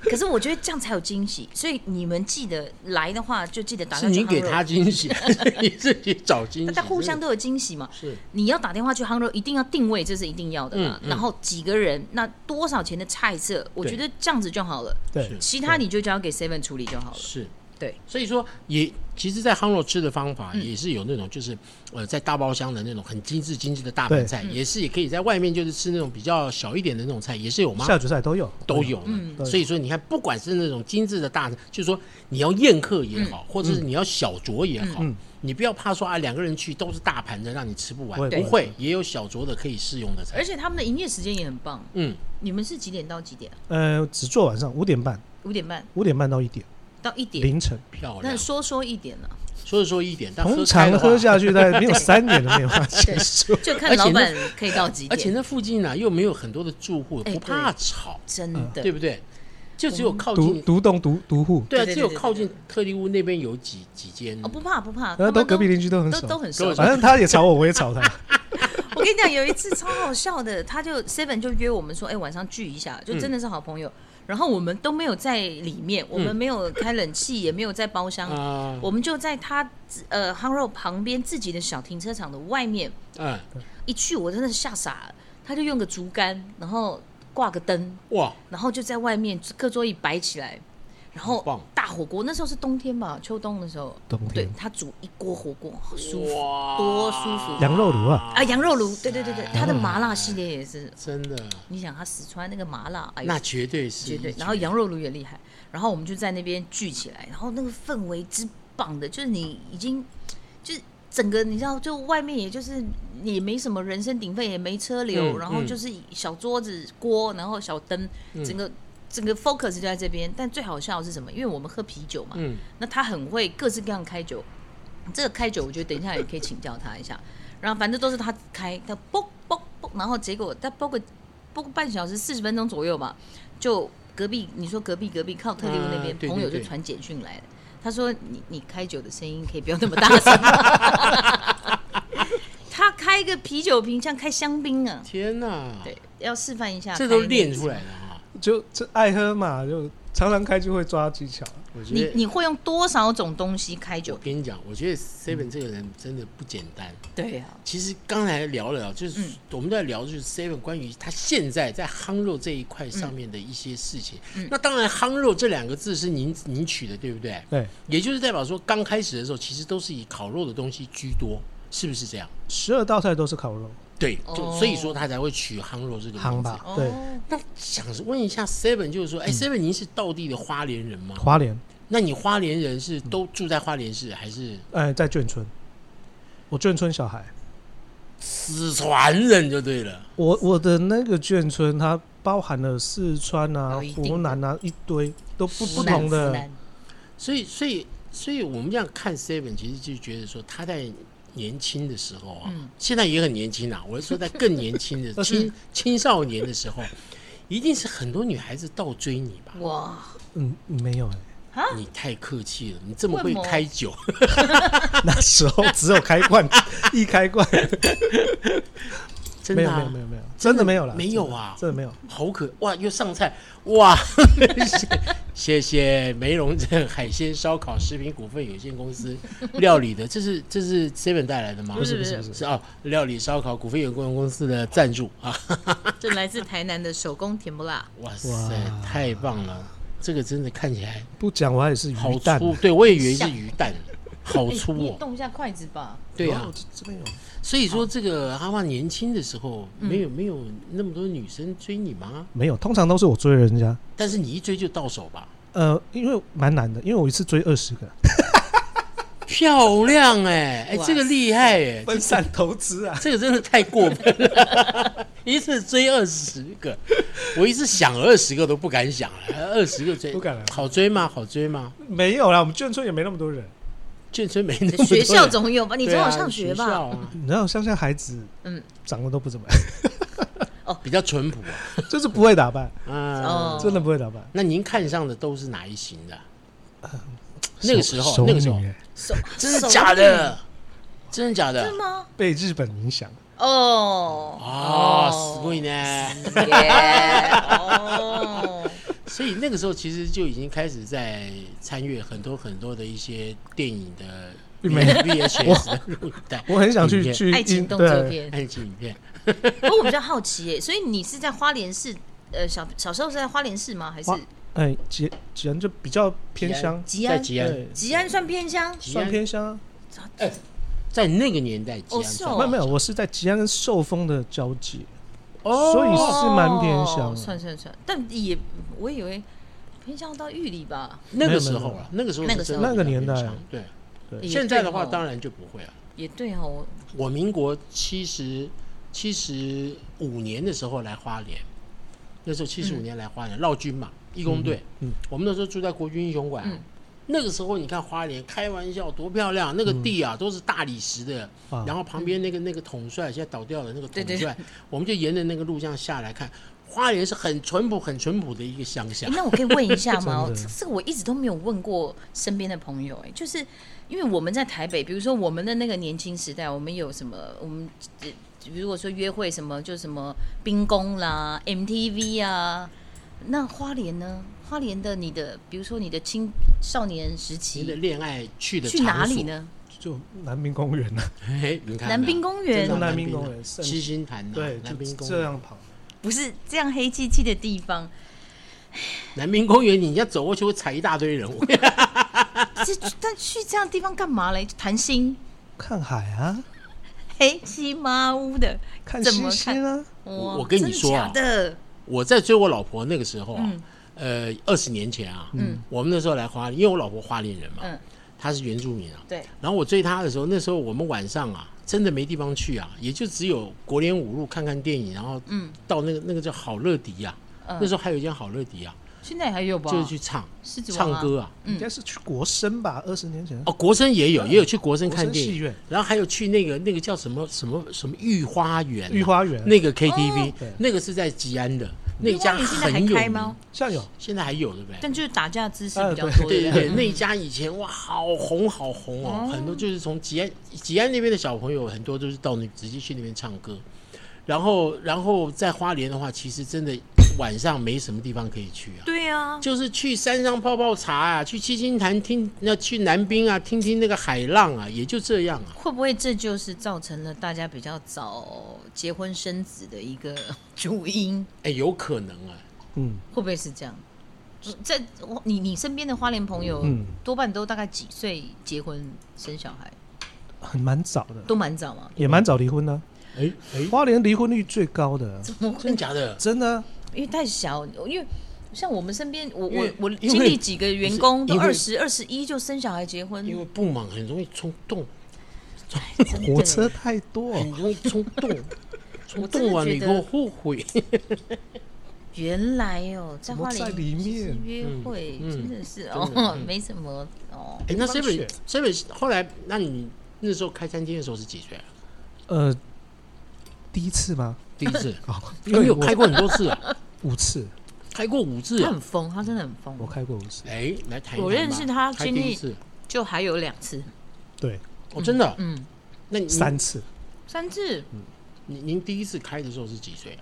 B: 可是我觉得这样才有惊喜，所以你们记得来的话，就记得打
A: 是
B: 电话
A: 你
B: 去
A: 给
B: Hang Road
A: 他惊 喜，还是你自己找惊喜？
B: 大家互相都有惊喜嘛。
A: 是
B: 你要打电话去杭州，一定要定位，这是一定要的啦。
A: 嗯嗯
B: 然后几个人，那多少钱的菜色，我
A: 对
B: 觉得这样子就好了。
C: 对
A: 是，
B: 其他你就交给 Seven 处理就好了。
A: 是。
B: 对，嗯
A: 所以说也其实，在夯肉吃的方法也是有那种，就是、呃，在大包厢的那种很精致精致的大盘菜，
B: 嗯
A: 也是也可以在外面就是吃那种比较小一点的那种菜，也是有吗？
C: 下酒菜都有
A: 都有呢。
C: 对
A: 嗯所以说，你看，不管是那种精致的大，就是说你要宴客也
B: 嗯
A: 好，或者是你要小酌也好，
C: 嗯
A: 你不要怕说啊，两个人去都是大盘的，让你吃不完。
C: 不会
A: 不
C: 对
A: 会，也有小酌的可以试用的菜
B: 而。且他们的营业时间也很棒。
A: 嗯，
B: 你们是几点到几点啊？
C: 呃，只做晚上五点半，
B: 五点半
C: 五点半到一点，
B: 到一点。
C: 凌晨。
A: 漂
B: 那
A: 亮。
B: 说说一点啊了，
A: 所以说一点，但
C: 通
A: 开
C: 常
A: 的话
C: 喝下去大概没有三点都没有办法结束。
B: 就
A: 而
B: 看
A: 且
B: 老
A: 那
B: 板可以到几
A: 而且
B: 点。
A: 那附近呢、又没有很多的住户，
B: 哎
A: 不怕吵，
B: 真
C: 嗯
B: 的，
A: 对不对？就只有靠
C: 独
A: 近，
C: 独栋独独户，
A: 对啊，
B: 对对对
A: 只有
B: 对
A: 靠近特利屋那边有几几间
B: 哦，不怕不怕，他
C: 然后
B: 们
C: 呃都隔壁邻居都很哎
B: 都都
C: 熟，
B: 很
A: 跟
B: 熟
A: 我。
C: 反正他也吵我，我也吵他。
B: 我跟你讲，有一次超好笑的，他就 Seven 就约我们说，哎、晚上聚一
C: 嗯
B: 下，就真的是好朋友。然后我们都没有在里面，
C: 嗯
B: 我们没有开冷气，也没有在包厢，
A: 啊，
B: 我们就在他自呃夯肉旁边自己的小停车场的外面。
A: 嗯，
B: 一去我真的是吓傻了，他就用个竹竿，然后挂个灯，
A: 哇，
B: 然后就在外面各桌椅摆起来，然后
A: 很棒
B: 大火锅。那时候是冬天吧，秋冬的时候，
C: 冬天
B: 对他煮一锅火锅，好舒服
A: 哇
B: 多舒服
C: 羊肉炉啊，
B: 啊！羊肉炉，对对对对，他的麻辣系列也是。
A: 真的，
B: 你想他四川那个麻辣，哎呦，
A: 那绝对是
B: 绝对
A: 一，
B: 然后羊肉炉也厉害，然后我们就在那边聚起来，然后那个氛围之棒的，就是你已经就是整个你知道，就外面也就是也没什么人声鼎沸，也没车
A: 嗯
B: 流，然后
A: 嗯
B: 就是小桌子锅，然后小灯，整个。整个 focus 就在这边，但最好笑的是什么？因为我们喝啤酒嘛，
A: 嗯
B: 那他很会各式各样开酒。这个开酒，我觉得等一下也可以请教他一下。然后反正都是他开，他啵啵啵，然后结果他啵个啵个半小时，四十分钟左右吧，就隔壁你说隔壁隔壁靠特利屋那边、
A: 啊对
B: 朋友
A: 对
B: 就
A: 对
B: 传简讯来了，他说你你开酒的声音可以不要那么大声吗。 他开个啤酒瓶像开香槟啊，
A: 天哪，
B: 对，要示范一下。
A: 这都练出来。了哈。
C: 就这爱喝嘛，就常常开就会抓技巧。
A: 我觉
B: 你
A: 得
B: 你会用多少种东西开
A: 我
B: 酒？
A: 跟你讲，我觉得 Seven 这个人真的不简单。
B: 对呀、
A: 其实刚才聊了，就是
B: 嗯
A: 我们在聊就是 Seven 关于他现在在夯肉这一块上面的一些事情。
B: 嗯
A: 那当然，夯肉这两个字是您您取的，对不对？
C: 对，
A: 也就是代表说，刚开始的时候其实都是以烤肉的东西居多，是不是这样？
C: 十二道菜都是烤肉，
A: 对，就、
B: 哦
A: 所以说他才会取夯肉这个名
C: 夯
A: 字。
C: 吧？嗯对，
B: 哦，
A: 那想问一下 Seven，就是说，哎、s e v e n 您是道地的花莲人吗？
C: 花莲，
A: 那你花莲人是
C: 嗯
A: 都住在花莲市还是？
C: 哎，在眷村，我眷村小孩，
A: 四川人就对了。
C: 我我的那个眷村，它包含了四川啊
B: 哦一、定的
C: 湖南啊一堆都不
B: 湖
C: 不
B: 南
C: 同
B: 湖
C: 的
B: 南
A: 所以，所以，所以我们这样看 Seven，其实就觉得说他在年轻的时候啊，
B: 嗯
A: 现在也很年轻啊。我是说，在更年轻 的青青少年的时候，一定是很多女孩子倒追你吧？
B: 哇，
C: 嗯没有哎、
A: 你太客气了，你这么
B: 为
A: 会
B: 什么
A: 开酒，
C: 那时候只有开罐 一开罐，
A: 真
C: 没
A: 的
C: 有
A: 啊、
C: 没有没有没有，真的没有啦，
A: 没有啊
C: 真的真的没有。
A: 好可哇！又上菜哇！ 谢谢梅龙镇海鲜烧烤食品股份有限公司料理的，这是这是 Seven 带来的吗？
B: 不是不是不
C: 是
A: 是哦，料理烧烤股份有限公司的赞助啊！
B: 这来自台南的手工甜不辣，
A: 哇塞，
C: 哇
A: 太棒了！这个真的看起来
C: 不讲我还是
A: 好
C: 鱼蛋啊，
A: 粗，对我也以为是鱼蛋，好粗
B: 哎你也
A: 哦。
B: 动一下筷子 吧。
A: 对啊
C: 哦，这这边有
A: 所以说这个阿妈年轻的时候没
B: 嗯
A: 有没有那么多女生追你吗？
C: 没有？通常都是我追人家，
A: 但是你一追就到手吧，
C: 呃，因为蛮难的，因为我一次追二十个，
A: 漂亮哎哎，
B: 哇
A: 这个厉害哎，
C: 分散投资啊，
A: 这个真的太过分了， 一次追二十个，我一次想二十个都不敢想了，二十个追
C: 不敢啊了
A: 好追吗？好追吗？
C: 没有啦，我们眷村也没那么多人，
A: 眷村没那么多
B: 学校
A: 人
B: 总有吧？你
A: 对
B: 总
A: 啊
B: 有上学
A: 校
B: 吧？
A: 啊
C: 你知道乡下孩子，
B: 嗯
C: 嗯，长得都不怎么
A: 比较淳朴
C: 样， 就是不会打扮，
A: 啊。啊，
B: 哦，
C: 真的不会打扮。
A: 那您看上的都是哪一型的？那个时
C: 熟
A: 候，那啊个时候
C: 熟女，欸
B: 手
A: 真的假？的？真的假的
B: 是？吗？
C: 被日本影响，
B: 哦
A: 啊，すごいね！
B: 耶 哦，
A: 所以那个时候其实就已经开始在参阅很多很多的一些电影的
C: 没
A: VHS 的录影带，
C: 我很想
A: 影
C: 去
A: 片
C: 去
B: 爱情动
C: 对啊
B: 作片。
A: 爱情影片。
B: 不过我比较好奇耶，所以你是在花莲市？呃，小小时候是在花莲市吗？还是
C: 花哎，吉吉安就比较偏乡，
B: 吉
A: 在
B: 安？
A: 吉安，
C: 对
B: 吉安算偏乡？
A: 吉
C: 算
A: 安
C: 偏乡啊。
A: 在那个年代，吉安
B: 哦是
A: 算
B: 哦
C: 没有没有，我是在吉安跟寿丰的交界，
A: 哦
C: 所以是蛮偏
B: 哦
C: 乡的。
B: 算算算，但也我以为偏向到玉里吧，
A: 那个时候了，那个时候是真的
C: 那个时候那个年代
A: 比较偏乡
C: 对
A: 对。现在的话，当
B: 然
A: 然就不会了。
B: 哦也对哦，
A: 我民国七十七十五年的时候来花莲，那
B: 嗯
A: 时候七十五年来花莲，绕军嘛，义工队。
C: 嗯嗯
A: 我们那时候住在国军英雄馆啊
B: 嗯。
A: 那个时候你看花莲，开玩笑多漂亮，那个
B: 嗯
A: 地啊都是大理石的，
C: 啊
A: 然后旁边那个那个统帅现在倒掉了，那个
B: 对
A: 统
B: 对
A: 帅，我们就沿着那个路这样下来看，花莲是很淳朴、很淳朴的一个乡下
B: 诶。那我可以问一下 吗？
C: 真的
B: 这这个我一直都没有问过身边的朋友、哎，就是因为我们在台北，比如说我们的那个年轻时代，我们有什么，我们呃如果说约会什么，就什么冰宫啦、MTV 啊，那花莲呢？花莲的你的，比如说你的青少年时
A: 你的
B: 期
A: 恋爱去的
B: 去哪
A: 场所
B: 里？呢？
C: 就南滨公园啊，
A: 哎，你看
B: 南滨公园
A: 真的
C: 南
A: 滨
C: 滨公园圣
A: 七星潭啊
C: 对，
A: 南滨
C: 就
A: 公
C: 这
A: 园，
C: 样跑。
B: 不是这样黑漆漆的地方，
A: 南滨公园，你要走过去会踩一大堆人。 我
B: 是但去这样的地方干嘛嘞？就谈心，
C: 看海啊，
B: 黑漆麻乌的，
C: 看
B: 怎么
C: 星
B: 看
C: 星啊，
B: 哇
A: 我跟你说啊
B: 真的假的，
A: 我在追我老婆那个时候啊
B: 嗯，
A: 呃，二十年前啊，
B: 嗯
A: 我们那时候来花莲，因为我老婆花莲人嘛，
B: 嗯，
A: 她是原住民啊。
B: 对，
A: 然后我追她的时候，那时候我们晚上啊，真的没地方去啊，也就只有国联五路看看电影，然后
B: 嗯，
A: 到那个那个叫好乐迪啊，
B: 嗯
A: 那时候还有一间好乐迪啊，
B: 现在还有吧？
A: 就是去唱
B: 狮子王啊
A: 唱歌啊。
B: 嗯
C: 应该是去国生吧，二十年前。
A: 哦，国生也有，也有去国生
C: 国
A: 看
C: 生
A: 电
C: 戏
A: 影，
C: 院、
A: 然后还有去那个那个叫什么什么什么御花园啊、
C: 御花园，
A: 那
B: 哦
A: 个 KTV，、
C: 对
A: 那个是在吉安的，那一家
B: 你现在
A: 很
B: 还
A: 有
B: 开
A: 名，
B: 吗？
C: 像有
A: 现在还有对不对？
B: 但就是打架姿势
C: 啊
B: 比较
C: 对
B: 多，
A: 对对
B: 不
A: 对，那一家以前哇，好红好红哦，很多就是从吉安吉安那边的小朋友，很多都是到那直接去那边唱歌。然后，然后在花莲的话，其实真的晚上没什么地方可以去啊，
B: 对啊，
A: 就是去山上泡泡茶啊，去七星潭听，那去南滨啊，听听那个海浪啊，也就这样啊。
B: 会不会这就是造成了大家比较早结婚生子的一个主因？
A: 哎，有可能啊，
C: 嗯，
B: 会不会是这样？在我你你身边的花莲朋友，
C: 嗯
B: 多半都大概几岁结婚生小孩，
C: 很蛮早的，
B: 都蛮早嘛。
C: 也蛮早离婚的啊。
A: 哎哎，
C: 花莲离婚率最高的，
A: 真的假的？
C: 真的啊
B: 因为太小，因为像我们身边，我
A: 因
B: 我
A: 为
B: 我
A: 因为
B: 经历几个员工
A: 不是
B: 都
A: 因为
B: 二十二十一就生小孩结婚，
A: 因为不忙很容易冲动，
B: 真的
C: 火车太多，
A: 很哎容易冲 动，冲
B: 真的
A: 动完啊了
B: 觉
A: 以
B: 得
A: 后后悔。
B: 原来哦，在花
C: 怎么在
B: 莲
C: 里
B: 就是
C: 面
B: 约
A: 嗯
B: 会
A: 嗯
B: 真的
A: 真
B: 是
A: 的
B: 哦，
A: 嗯
B: 没什么哦，
A: 哎，那
C: 地方
A: Seven
C: 选
A: Seven 后来，那你那时候开餐厅的时候是几岁啊？
C: 呃，第一次吗？
A: 第一 次，
C: 啊，
A: 因哦为有
C: 我
A: 哎开过很多次啊，
C: 五次，
A: 开过五次
B: 他
A: 啊。
B: 很疯，他真的很疯
C: 我。开过五次，
A: 哎，来谈一谈吧
B: 我认识他
A: 开
B: 经
A: 第一
B: 历
A: 次，
B: 就还有两次，
C: 对，
A: 哦，真的哦。
B: 嗯，
A: 那你
C: 三次，
B: 三次，
C: 嗯
A: 您您第一次开的时候是几岁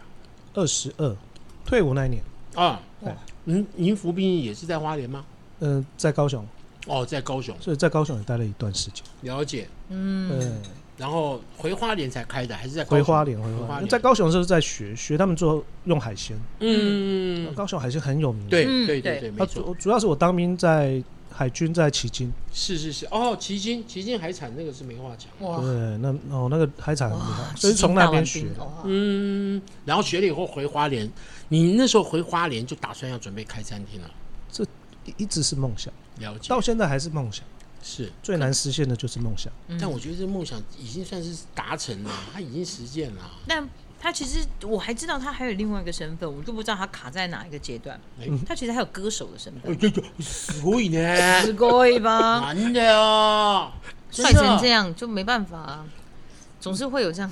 C: 二十二，退伍那一年，
A: 啊？啊
C: 哇，
A: 您您服兵役也是在花莲吗？
C: 呃，在高雄，
A: 哦，在高雄，
C: 所以在高雄也待了一段时间，
A: 了解。
C: 嗯，
A: 然后回花莲才开的，还是在高
C: 回
A: 雄
C: 花莲，回
A: 回
C: 花
A: 花
C: 莲，
A: 莲
C: 在高雄的时候是在学学他们做用海鲜，呃
A: 嗯，
C: 高雄海鲜很有名，
A: 对
B: 嗯
A: 对对
B: 对
A: 对，没
C: 啊，
A: 错，
C: 主主要是我当兵在海军在旗津，
A: 是是是。哦，旗津旗津海产那个是没话讲。
B: 哇
C: 对，那哦那个海产很厉害，所
B: 所
C: 以
B: 以
C: 是从那边学的，
B: 哦，
A: 嗯，然后学了以后回花莲，你那时候回花莲就打算要准备开餐厅了，哦
C: 一一直是梦想，
A: 了解
C: 到现在还是梦想，
A: 是。
C: 最难实现的就是梦想，
A: 但我觉得这梦想已经算是达成了，他已经实践了。
B: 但他其实我还知道他还有另外一个身份，我都不知道他卡在哪一个阶段
A: 哎。
C: 嗯
B: 他其实还有歌手的身 份，
C: 哎
A: 对对，すごいね，
B: すごい吧？
A: 难的哦，
B: 帅成这样就没办法啊，总是会有这样。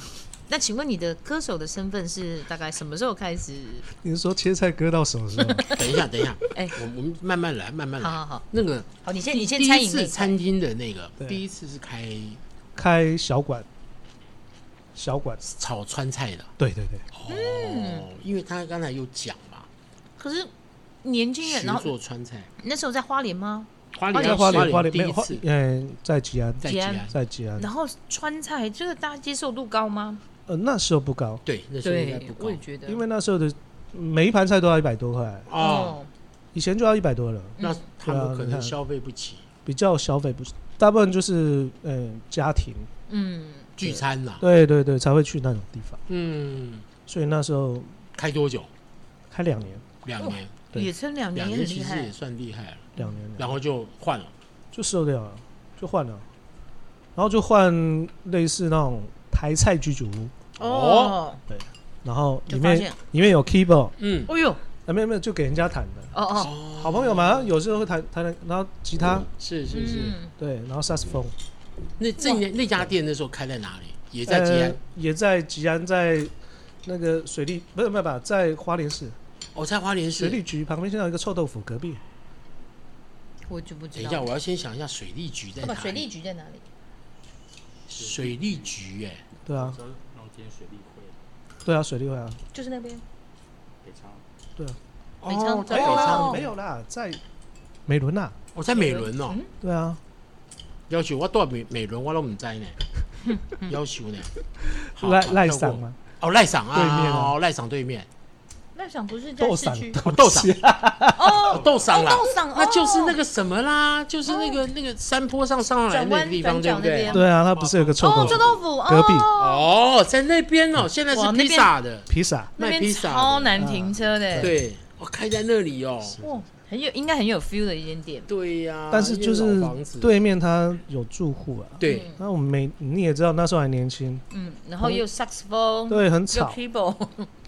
B: 那请问你的歌手的身份是大概什么时候开始？
C: 你是说切菜割到手是 吗？
A: 等一下，等一下，
B: 哎
A: 我我们慢慢来，慢慢
B: 好
A: 来。
B: 好好，
A: 那个
B: 好，你先你先
A: 第
B: 餐
A: 一
B: 饮
A: 次
B: 类
A: 餐厅的那个，
C: 对
A: 第一次是开
C: 开小馆，小馆，
A: 炒川菜的
C: 对对对，
A: 哦，因为他刚才有讲嘛，
B: 可是年轻人，
A: 学
B: 然后
A: 做川菜，
B: 那时候在花莲吗？
A: 花
C: 在
A: 莲
C: 花莲
A: 莲
C: 花莲
A: 第
C: 没有
A: 一
C: 花
A: 次，
C: 嗯，在吉安，
A: 在
B: 吉
A: 吉
B: 安
A: 安，
C: 在吉安，
B: 然后川菜这个大家接受度高吗？
C: 呃那时候不高，
A: 对，那时候应该
B: 对
A: 不，
B: 我
A: 高
B: 也觉得，
C: 因为那时候的每一盘菜都要一百多块，
A: 哦，
B: 哦，
C: 以前就要一百多了，
A: 那他们可
C: 对啊你看
A: 能消费不起
C: 比较消费不是，大部分就是嗯家庭，
A: 啊
B: 嗯，
A: 聚餐啦，
C: 对对对才会去那种地方，
A: 嗯，
C: 所以那时候
A: 开多久？
C: 开两年，
A: 两年，
C: 对
B: 野村哦两
A: 两
B: 年也很
A: 年其
B: 厉
A: 实
B: 害
A: 也，算厉害了，
C: 两年两
A: 然
C: 年
A: 后就换了，
C: 就收掉了，就换了，然后就换类似那种台菜居酒屋，
A: 哦，
C: 然后里
B: 就发
C: 面
B: 现，
C: 里面有 keyboard，
A: 嗯，
B: 哎呦，
C: 啊没有没有就给人家弹的，
B: 哦哦，
A: 哦
C: 好朋友嘛，有时候会弹弹弹，然后吉他，
A: 是是是，
B: 嗯，
C: 对，然后萨克斯风，
A: 那这那那家店那时候开在哪里？也在吉
C: 呃
A: 安，
C: 也在吉安，在那个水利不是没有吧，在花莲市
A: 哦，在花莲市
C: 水。利局啊旁边，现在有一个臭豆腐隔壁，
B: 我就不
A: 等
B: 知
A: 一下，
B: 道。
A: 我要先想一下水利局在哪
B: 那么
A: 里？
B: 哦水利局在哪里？
A: 水利局，哎，
C: 对啊，
B: 嗯
D: 然后今天水利会
C: 对啊，水利会啊，
B: 就是那边
D: 北昌，
B: 北昌
A: 哦在
B: 没
A: 北
B: 有啦
A: 昌，
C: 没有啦，在美伦呐，
A: 我在美伦哦。
B: 嗯
C: 对啊，
A: 要求我到美美伦我都唔知 呢，要求呢。好
C: 赖
A: 好
C: 赖
A: 跳过
C: 上嘛，
A: 哦，赖赏啊，
C: 对面啊
A: 哦，赖赏对面，
B: 那想不是在
C: 豆
B: 市
C: 赏
B: 区
A: 哦，豆赏，
B: 哦，
A: 豆赏啦，
B: 豆赏，
A: 那就是那
B: 哦
A: 个什么啦，就是那个那个山坡上上来
B: 转
A: 那
B: 弯
A: 个地方，
B: 转
A: 对
B: 角
A: 不
B: 那
A: 对
B: 边？
C: 对啊，它不是有个臭
B: 哦
C: 豆，
B: 臭
C: 腐
B: 豆腐
C: 隔壁
B: 哦，
A: 哦，在那边哦，现在
B: 哇
A: 是
B: 那
A: 披
B: 边
A: 萨的，
C: 披萨？
B: 那
A: 卖
B: 边
A: 披萨的
B: 超难停车的，，
A: 对，哦，开在那里哦，
B: 哇，很有应该很有 feel 的一间店，
A: 对呀，
C: 但是
A: 啊
C: 就
A: 因为
C: 是
A: 老房子，
C: 对面它有住户啊，
A: 对，
C: 那我们每你也知道那时候还年轻，
B: 嗯，然后又
A: 嗯
B: saxophone，
C: 对，很
B: 又
C: 吵，
B: keyboard，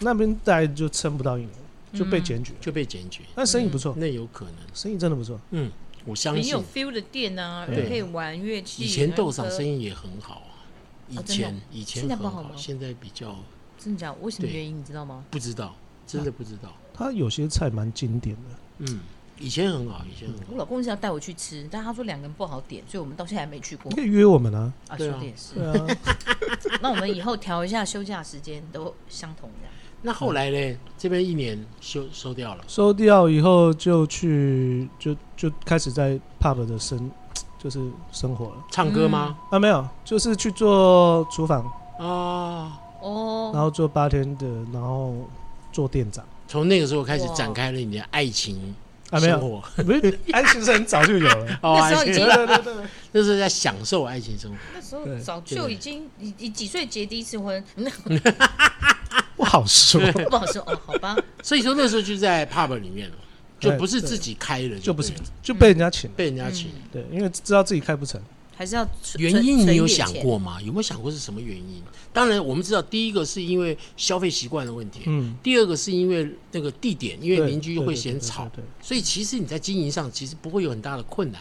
C: 那边大概就撑不到一年
A: 嗯
C: 就被检举了，
A: 就被检举，
C: 但生意不错，
A: 那有可能，
C: 生意真的不错，
A: 嗯，我相
B: 很
A: 信
B: 有 feel 的店啊，
C: 对
B: 又可以玩乐器，
A: 以前豆赏
B: 然后
A: 生
B: 歌
A: 意也很好啊，以
B: 哦真的
A: 前
B: 哦
A: 以前
B: 现在
A: 很
B: 不好
A: 好
B: 吗，
A: 现在比较
B: 真的假的？为什么
A: 对
B: 原因你知道吗？
A: 不知道，真的不知道，
C: 它有些菜蛮经典的。
A: 嗯，以前很好，以前很好。
C: 嗯
B: 我老公一直要带我去吃，但他说两个人不好点，所以我们到现在还没去过
C: 你可以约我们啊，
B: 啊。
A: 对
B: 说
A: 啊
B: 的也是，
C: 对啊，
B: 那我们以后调一下休假时间都相同的。
A: 那后来呢？这边一年收收掉了，
C: 收掉以后就去就就开始在 pub 的生就是生活了
A: 唱歌吗？
C: 啊，没有，就是去做厨房，
A: 啊，
C: 然
B: 哦，
C: 后做八天的，然后做店长
A: 从那个时候开始展开了你的爱情
C: 啊，没
A: 生
C: 有，
A: 活，，
C: 不是，安其实很早就有 了
A: 哦
B: 那时候
A: 爱情
B: 已经
C: 对对对，
A: 那时候在享受爱情生活。
B: 那时候
C: 对
B: 早就
A: 对
B: 已经，你你几岁结第一次婚？那
C: 不好说，
B: 不好说哦，好吧，
A: 所以说那时候就在 pub 里面了，
C: 对
A: 就不是自己开了，
C: 就
A: 就
C: 不
A: 对
C: 是嗯
A: 了
C: 就被人家请了，
A: 被人家请。
C: 对，因为知道自己开不成，
B: 还是要存
A: 原因你有
B: 存
A: 想
B: 存一点钱
A: 过吗？有没有想过是什么原因？当然，我们知道第一个是因为消费习惯的问题，
C: 嗯，
A: 第二个是因为那个地点，因为
C: 对
A: 邻居
C: 对
A: 会
C: 对
A: 嫌
C: 对
A: 吵，
C: 对对
A: 所以其实你在经营上其实不会有很大的困难，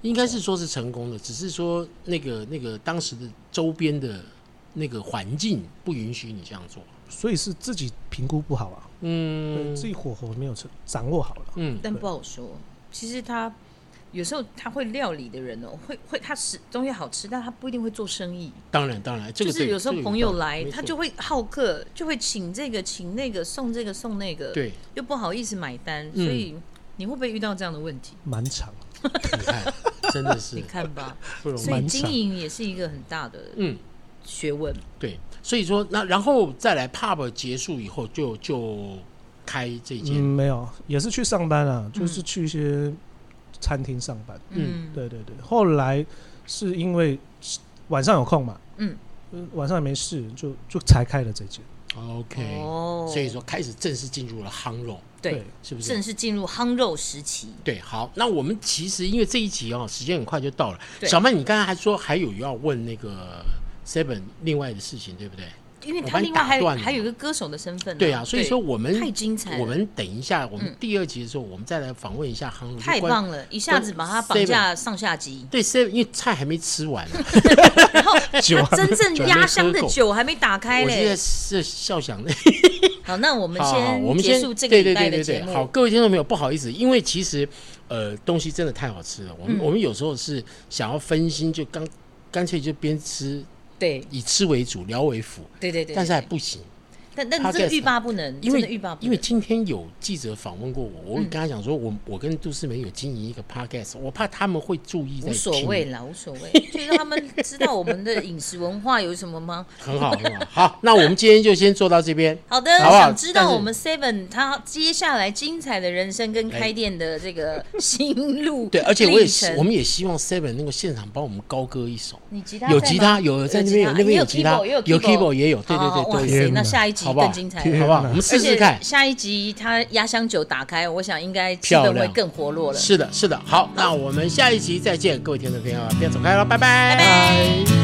A: 应该是说是成功的，只是说那个那个当时的周边的那个环境不允许你这样做。
C: 所以是自己评估不好啊，对
A: 嗯
C: 自己火候没有掌掌握好了。
A: 嗯，
B: 但不好说。其实他有时候他会料理的人哦，会会他吃东西好吃，但他不一定会做生意。
A: 当然当然，这个
B: 就是有时候朋友来，他就
A: 会
B: 会好客，就会请这个请那个，送这个送那个，，
A: 对，
B: 又不好意思买单，
A: 嗯
B: 所以你会不会遇到这样的问题？
C: 蛮长，
A: 你看哎真的是
B: 你看 吧，
A: 不容易
B: 所以
C: 蛮
B: 经
C: 长
B: 营也是一个很大的
A: 嗯。
B: 学问。
A: 对，所以说那然后再来 pub 结束以后就就开这
C: 嗯，
A: 间，
C: 没有，也是去上班啊，就是去一些餐厅上班。
A: 嗯
B: 嗯，
C: 对对对，后来是因为晚上有空嘛，
B: 嗯
C: 呃，晚上没事，就就才开了这间。
A: OK，、
B: 哦
A: 所以说开始正式进入了夯肉，
B: 对，
A: 是不是
B: 正？式进入夯肉时期，
A: 对，好，那我们其实因为这一集哦，时间很快就到了。
B: 对
A: 小曼，你刚才还说还有要问那个 Seven 另外的事情，对不对？
B: 因为
A: 我
B: 他
A: 把你
B: 另外
A: 打
B: 还有
A: 断了
B: 还有一个歌手的身份啊。
A: 对啊，所以说我
B: 太
A: 们
B: 精彩了，
A: 我们等一下，我们
B: 嗯
A: 第二集的时候，我们再来访问一下夯肉。
B: 太
A: 就关
B: 棒了，一下子把它绑架上 下集，
A: 对 Seven，因为菜还没吃完呢、
B: 然后
C: 酒
B: 它真正压箱的酒还没打开
A: 我现在
B: 嘞。
A: 是笑想的。
B: 好，那我 们
A: 好好，我
B: 先
A: 们
B: 结
A: 先
B: 束这个
A: 对
B: 礼
A: 对
B: 拜
A: 对
B: 的
A: 对
B: 节
A: 对，
B: 目。
A: 好，各位听众朋友，不好意思，因为其实呃东西真的太好吃了，我们、
B: 嗯
A: 我们有时候是想要分心，就干干脆就边吃，
B: 对
A: 以吃为主，聊为辅，
B: 对对对对，
A: 但是还不行，
B: 但但这个
A: Podcast
B: 欲罢不能，
A: 因
B: 真的欲
A: 为
B: 罢不能，
A: 因为今天有记者访问过我，我跟他讲说，我我跟杜世梅有经营一个 podcast，我怕他们会注意在
B: 无所
A: 听
B: 谓啦，无所谓，就让他们知道我们的饮食文化有什么吗？
A: 很好 很好，好，那我们今天就先做到这边，
B: 好的，
A: 好不好
B: 想知
A: 但
B: 道
A: 是
B: 我们 Seven 他接下来精彩的人生跟开店的这个心路
A: 对，而且我也
B: 历程
A: 我们也希望 Seven 能够现场帮我们高歌一首。
B: 你吉他
A: 有
B: 在
A: 吉
B: 吗
A: 他，有在那边有那边
B: 有
A: 吉他，
B: 有
A: 有
B: keyboard，
A: keyboard 也有，对对
B: 好
A: 对，
B: 好哇
A: 都
B: 塞
A: 有，
C: 天
B: 那
C: 哪
B: 下一集
A: 好不好
B: 更精彩
C: 天
B: 了。
A: 好不好？
C: 哪
A: 我们试
B: 而
A: 试
B: 且
A: 看。
B: 下一集他压箱酒打开，我想应该气氛
A: 漂
B: 会
A: 亮
B: 更活络了。
A: 哦是的，是的，好，那我们下一集再见，各位听众朋友，不要走开了，拜拜
B: 拜拜